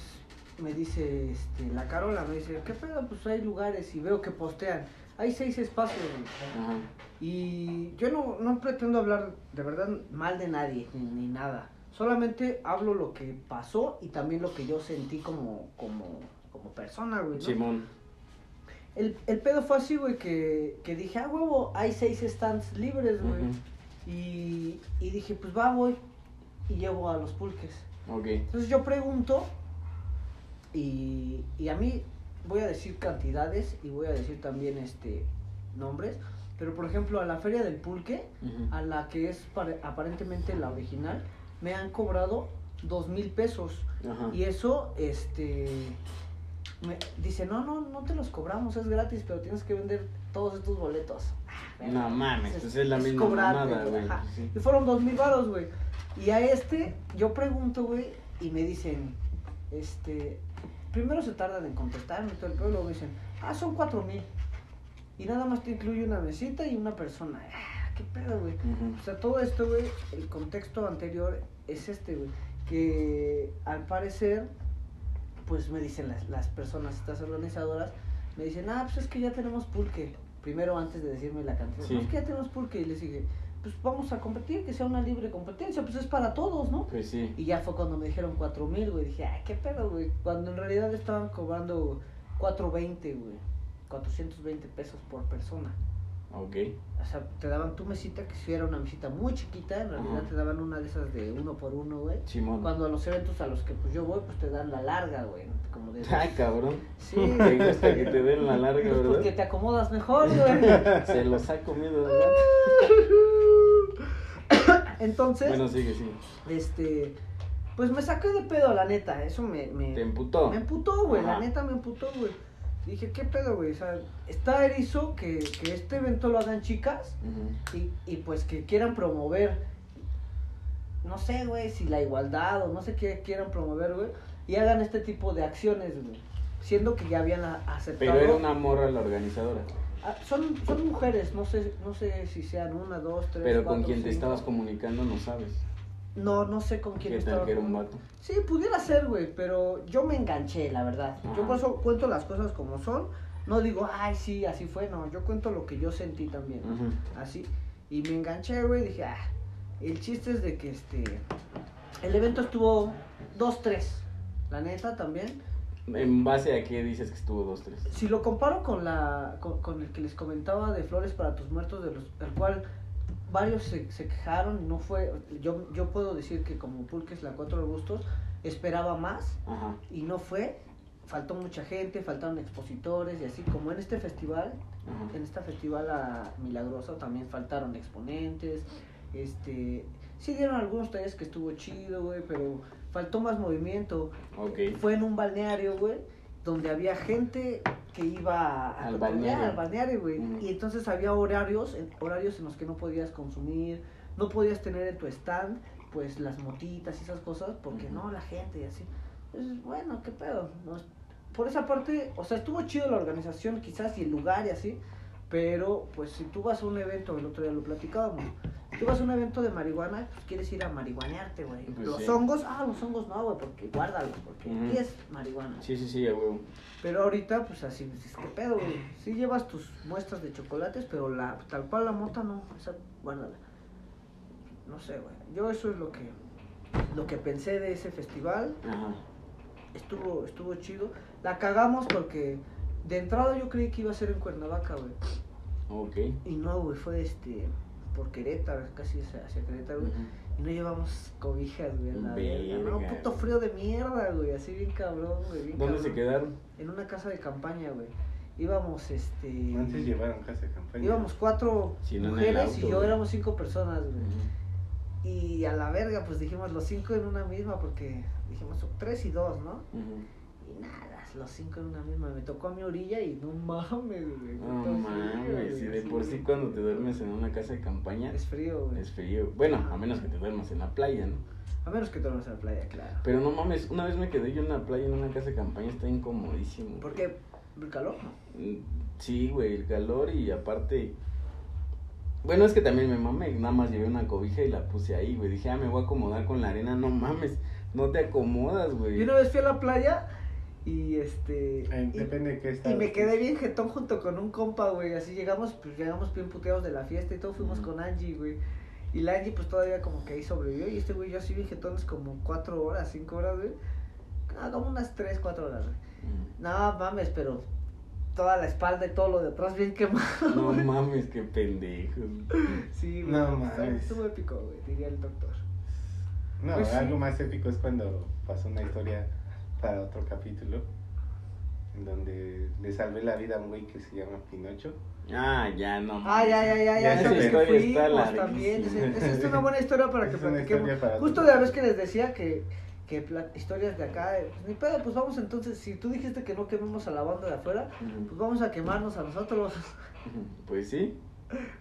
me dice este, la Carola, me dice, ¿qué pedo? Pues hay lugares y veo que postean. Hay seis espacios. güey".
Ajá.
Y yo no, no pretendo hablar de verdad mal de nadie ni, ni nada. Solamente hablo lo que pasó y también lo que yo sentí como, como, como persona, güey. ¿no?
Simón.
El, el pedo fue así, güey, que, que dije, ah, huevo, hay seis stands libres, güey.
Ujú.
y, y dije, pues va, voy. Y llevo a los pulques.
Ok.
Entonces yo pregunto y, y a mí voy a decir cantidades y voy a decir también este nombres, pero por ejemplo a la feria del pulque,
Ujú.
a la que es pare- aparentemente la original, me han cobrado dos mil pesos
Ajá.
y eso este me dice no no no te los cobramos es gratis pero tienes que vender todos estos boletos. Ah,
No mames, pues es la misma
cobrar,
mamada,
pero,
güey.
ajá.
Sí.
Y fueron dos mil varos, güey. Y a este, yo pregunto, güey, y me dicen, este, primero se tardan en contestarme, todo el pedo, luego me dicen, ah, son cuatro mil. Y nada más te incluye una mesita y una persona. Ah, qué pedo, güey.
Ujú.
O sea, todo esto, güey, el contexto anterior es este, güey. Que al parecer, pues me dicen las, las personas, estas organizadoras, me dicen, ah, pues es que ya tenemos pulque. Primero, antes de decirme la cantidad,
Sí.
"No, es que ya tenemos pulque. Y les dije, pues vamos a competir, que sea una libre competencia, pues es para todos, ¿no?
Pues sí.
Y ya fue cuando me dijeron cuatro mil, güey. Dije, ay, qué pedo, güey. Cuando en realidad estaban cobrando 420, güey. 420 pesos por persona.
Ok.
O sea, te daban tu mesita, que si era una mesita muy chiquita, en realidad
Ajá.
te daban una de esas de uno por uno, güey.
Simón.
Cuando a los eventos a los que pues yo voy, pues te dan la larga, güey. Como de...
Ay, cabrón.
Sí.
Te gusta que te den la larga,
Pues porque
¿verdad?
te acomodas mejor, güey.
Se los ha comido, ¿verdad?
Ah, Entonces,
Bueno, sigue, sí.
este, pues me saqué de pedo, la neta. Eso me... me...
Te emputó.
Me emputó, güey, la
Ajá.
neta me emputó, güey. Dije, ¿qué pedo, güey? O sea, está erizo que, que este evento lo hagan chicas
Ujú.
y, y pues que quieran promover, no sé, güey, si la igualdad o no sé qué quieran promover, güey, y hagan este tipo de acciones, güey. Siendo que ya habían a- aceptado.
Pero era una morra la organizadora.
Ah, son, son mujeres, no sé, no sé si sean una, dos, tres.
Pero con
cuatro,
quien te
cinco.
estabas comunicando no sabes.
No, no sé con quién
¿Qué tal
estaba.
que era un
jugando.
vato?
Sí, pudiera ser, güey, pero yo me enganché, la verdad. Yo
Ajá.
por eso cuento las cosas como son. No digo, ay, sí, así fue, no. Yo cuento lo que yo sentí también.
Ujú.
Así. Y me enganché, güey, dije, ah. El chiste es de que este. El evento estuvo 2-3. La neta también.
¿En base a qué dices que estuvo dos, tres?
Si lo comparo con la con, con el que les comentaba de Flores para tus muertos, de los, el cual varios se, se quejaron y no fue. Yo, yo puedo decir que como Pulques la 4 de Augustos esperaba más.
Ajá.
y no fue, faltó mucha gente, faltaron expositores y así como en este festival,
Ajá.
en esta festival a Milagrosa también faltaron exponentes, este, sí dieron algunos talleres que estuvo chido, güey, pero faltó más movimiento.
Ok.
Fue en un balneario, güey, donde había gente que iba a- a
Al
cotorrear,
balneario. Mm.
al balneario, güey,
Ujú.
y entonces había horarios, en- horarios en los que no podías consumir, no podías tener en tu stand pues las motitas y esas cosas porque
Ujú.
no la gente y así Entonces, bueno qué pedo no es- por esa parte o sea estuvo chido la organización quizás y el lugar y así pero pues si tú vas a un evento el otro día lo platicábamos tú vas a un evento de marihuana pues quieres ir a marihuanearte güey
Pues
los
sí.
hongos ah los hongos no güey porque guárdalos porque
Ujú.
aquí es marihuana
Sí, sí, sí, a huevo.
pero ahorita pues así dices qué pedo güey sí llevas tus muestras de chocolates pero la tal cual la mota no esa guárdala no sé, güey. Yo eso es lo que lo que pensé de ese festival.
Ajá.
Estuvo estuvo chido. La cagamos porque de entrada yo creí que iba a ser en Cuernavaca, güey.
Ok.
Y no, güey, fue este por Querétaro, casi hacia hacia Querétaro, güey.
Ujú.
Y no llevamos cobijas, güey, a la verga.
Verga,
No, puto
güey.
frío de mierda, güey, así bien cabrón, güey, bien
¿Dónde
cabrón.
se quedaron?
En una casa de campaña, güey. Íbamos este
Antes llevaron casa de campaña.
íbamos cuatro
Sí, no en el
mujeres
auto,
y yo
güey.
éramos cinco personas, güey.
Ujú.
Y a la verga, pues dijimos los cinco en una misma, porque dijimos tres y dos, ¿no?
Ujú.
Y nada, los cinco en una misma. Me tocó a mi orilla y no mames, güey.
No
puto
mames,
frío,
y de
güey,
por sí cuando te duermes en una casa de campaña
Es frío, güey.
es frío. Bueno, a menos que te duermas en la playa, ¿no?
A menos que te vayas a la playa, claro.
Pero no mames, una vez me quedé yo en la playa en una casa de campaña, está incomodísimo.
¿Por
güey.
qué? ¿El calor?
Mm, Sí, güey, el calor y aparte. Bueno, es que también me mamé, nada más llevé una cobija y la puse ahí, güey. Dije, ah, me voy a acomodar con la arena, no mames, no te acomodas, güey.
Yo una vez fui a la playa y este.
Eh,
y-
depende de qué
Y
estado
me
estés.
quedé bien jetón junto con un compa, güey. Así llegamos, pues llegamos bien puteados de la fiesta y todo. Fuimos
Ujú.
con Angie, güey. Y la Angie, pues todavía como que ahí sobrevivió. Y este güey, yo así bien jetón, es como 4 horas, 5 horas, güey. Ah, como unas 3, 4 horas, güey.
Mm.
No mames, pero toda la espalda y todo lo de atrás bien quemado.
Mm, No mames, qué pendejo.
Sí, güey.
No
estuvo-
mames.
Estuvo épico, güey, diría el doctor.
No,
Pues sí.
algo más épico es cuando pasó una historia para otro capítulo, en donde le salvé la vida a un güey que se llama Pinocho.
Ah, ya, no mames.
Ah, ya, ya, ya,
Ya
ya,
esa
sabes que
historia está
fuimos
larguísima.
también. Esa esa es una buena historia para que
Es una
platiquemos.
historia para
Justo
tu-
de la vez que les decía que, que pla- historias de acá, eh, pues, ni pedo, pues vamos entonces, si tú dijiste que no quememos a la banda de afuera, pues vamos a quemarnos a nosotros.
Pues sí.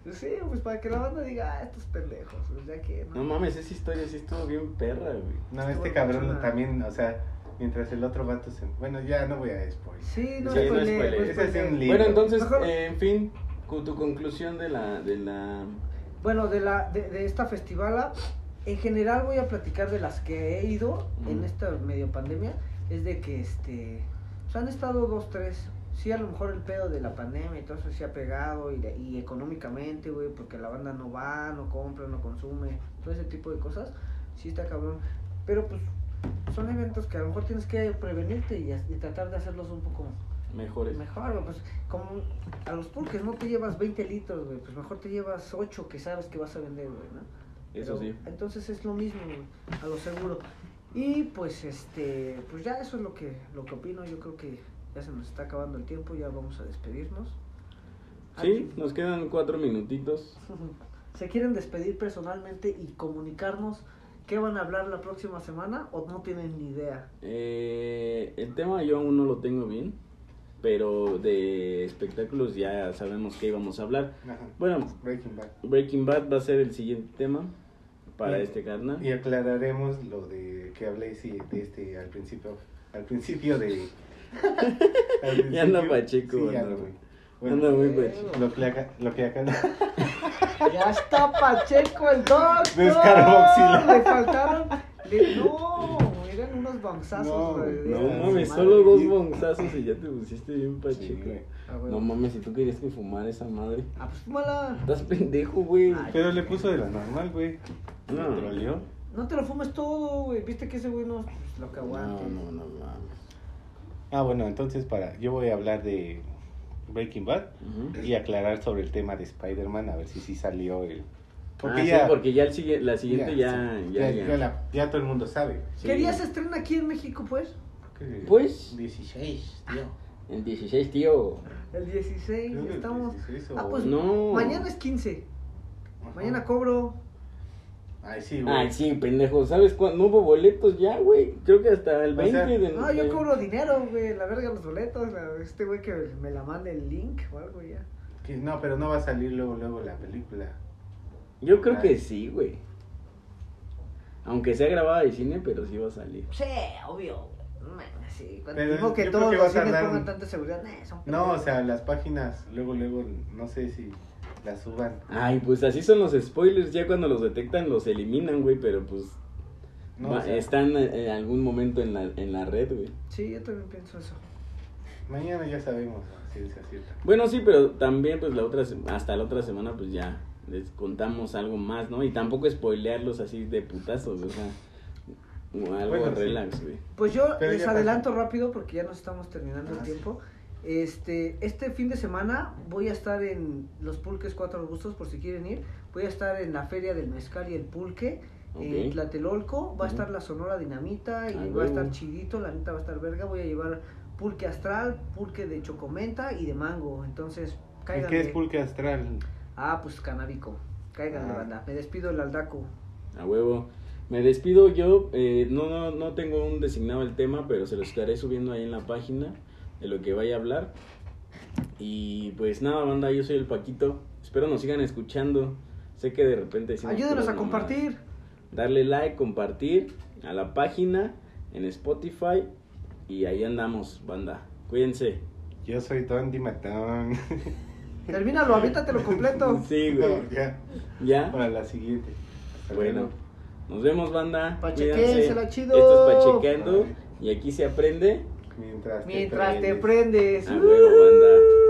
Pues sí, pues para que la banda diga, ah, estos pendejos, pues ya que
No
no.
mames, esa historia sí estuvo bien perra, güey.
No,
Estuvo
este
bien
cabrón
chula.
también, o sea, mientras el otro vato se... Bueno, ya no voy a spoiler.
Sí, no pues,
Sí,
es
no
spoiler,
spoiler.
no es
Ese es
spoiler.
un libro.
Bueno, entonces,
Mejor-
eh, en fin, con tu conclusión de la, de la...
Bueno, de, la, de, de esta festivala, en general voy a platicar de las que he ido en
Ujú.
esta medio pandemia. Es de que este. pues, han estado dos, tres. Sí, a lo mejor el pedo de la pandemia y todo eso sí ha pegado. Y, de- y económicamente, güey, porque la banda no va, no compra, no consume. Todo ese tipo de cosas. Sí está cabrón. Pero pues son eventos que a lo mejor tienes que prevenirte y, as- y tratar de hacerlos un poco
Mejores.
Mejor, güey, pues como a los pulques no te llevas 20 litros, güey, pues mejor te llevas 8 que sabes que vas a vender, güey, ¿no?
Eso
Pero,
sí.
Entonces es lo mismo, güey, a lo seguro. Y pues este, pues ya eso es lo que lo que opino, yo creo que ya se nos está acabando el tiempo, ya vamos a despedirnos. Ah,
Sí, nos quedan cuatro minutitos.
¿Se quieren despedir personalmente y comunicarnos qué van a hablar la próxima semana o no tienen ni idea?
Eh, el tema yo aún no lo tengo bien, pero de espectáculos ya sabemos que íbamos a hablar.
Ajá.
Bueno,
Breaking Bad.
Breaking Bad va a ser el siguiente tema para
Y-
este carnal.
Y aclararemos lo de que hablé sí, de este al principio, al principio de... al
Ya anda
principio-
Pacheco,
Sí, ya
anda,
anda,
güey.
güey. Bueno,
Anda muy pacheco.
lo que, acá- lo que acá...
Ya está Pacheco el doctor.
Descarboxila.
Le faltaron. le- no, eran unos bonzazos,
No,
güey.
no
No
Sí,
mames,
madre.
solo dos bonzazos y ya te pusiste bien
Sí,
pacheco.
güey.
Ah, güey.
no mames, si tú querías que fumara esa madre.
Ah, pues fúmala.
Estás pendejo, güey.
Ay.
Pero le puso de la normal, güey.
No.
¿Te dolió?
No te lo fumes todo, güey. Viste que ese güey no pues, lo que aguante.
No, no, no mames.
Ah, bueno, entonces para... Yo voy a hablar de Breaking Bad.
Ujú.
y aclarar sobre el tema de Spider-Man, a ver si sí salió el...
Ah, sí, porque ya el sigue- la siguiente ya.
sí,
ya,
ya-
ya.
ya la- ya todo el mundo sabe.
Sí.
¿Qué día se estrena aquí en México, pues?
Pues.
16, tío.
El 16, tío.
El 16.
Creo que el
Estamos.
16 o-
Ah, pues
No.
mañana es 15.
Ajá.
Mañana cobro.
Ay, sí, güey.
Ay, Ah, sí, pendejo. ¿Sabes cuándo? No hubo boletos ya, güey. Creo que hasta el
O
20
sea,
de
No, yo cobro dinero, güey. La verga, los boletos. la- este güey que me la mande el link o algo ya.
Que- No, pero no va a salir luego, luego la película.
Yo creo que sí, güey. Aunque sea grabada de cine, pero sí va a salir.
Sí, obvio. güey. Man, Sí, cuando
Pero
digo que
yo creo
todos
que va a
los cines
tardar
pongan
un-
tanta seguridad, nah, son
No, o
pendejos.
sea, las páginas, luego, luego, no sé si las suban.
Ay, pues así son los spoilers. Ya cuando los detectan, los eliminan, güey. Pero pues
No,
va-
o sea,
están eh, en algún momento en la, en la red, güey.
Sí, yo también pienso eso.
Mañana ya sabemos, a ciencia cierta.
Bueno, sí, pero también, pues la otra, se- hasta la otra semana, pues ya les contamos algo más, ¿no? Y tampoco spoilearlos así de putazos, o sea, o algo
Bueno, sí.
relax, güey.
Pues yo
Pero
les
ya
adelanto rápido porque ya nos estamos terminando el
Ah, sí.
tiempo. Este, este fin de semana voy a estar en Los Pulques Cuatro Arbustos por si quieren ir. Voy a estar en la Feria del Mezcal y el Pulque. En
Ok.
Tlatelolco va a
Ujú.
estar la Sonora Dinamita y
Ah,
va a estar
huevo.
chidito, la neta va a estar verga. Voy a llevar pulque astral, pulque de chocomenta y de mango. Entonces,
¿Y
caigan.
qué es Pulque Astral?
Ah, pues canábico. Cáiganle,
Ah.
banda. Me despido el aldaco.
A huevo. Me despido yo. eh, no, no, no tengo un designado el tema, pero se lo estaré subiendo ahí en la página de lo que vaya a hablar. Y pues nada, banda, yo soy el Paquito. Espero nos sigan escuchando. Sé que de repente... decimos
Ayúdenos
puras
a
mamadas.
compartir.
Darle like, compartir a la página en Spotify. Y ahí andamos, banda. Cuídense.
Yo soy Don Matón.
Termínalo, aviéntatelo completo.
Sí, güey.
ya,
Ya.
para la siguiente. Hasta
Bueno,
luego.
nos vemos, banda.
Pachequénsela
Cuídense.
chido.
Esto es Pachequeando y aquí se aprende.
Mientras te
Mientras te
prendes.
prendes.
A Ah, huevo, banda.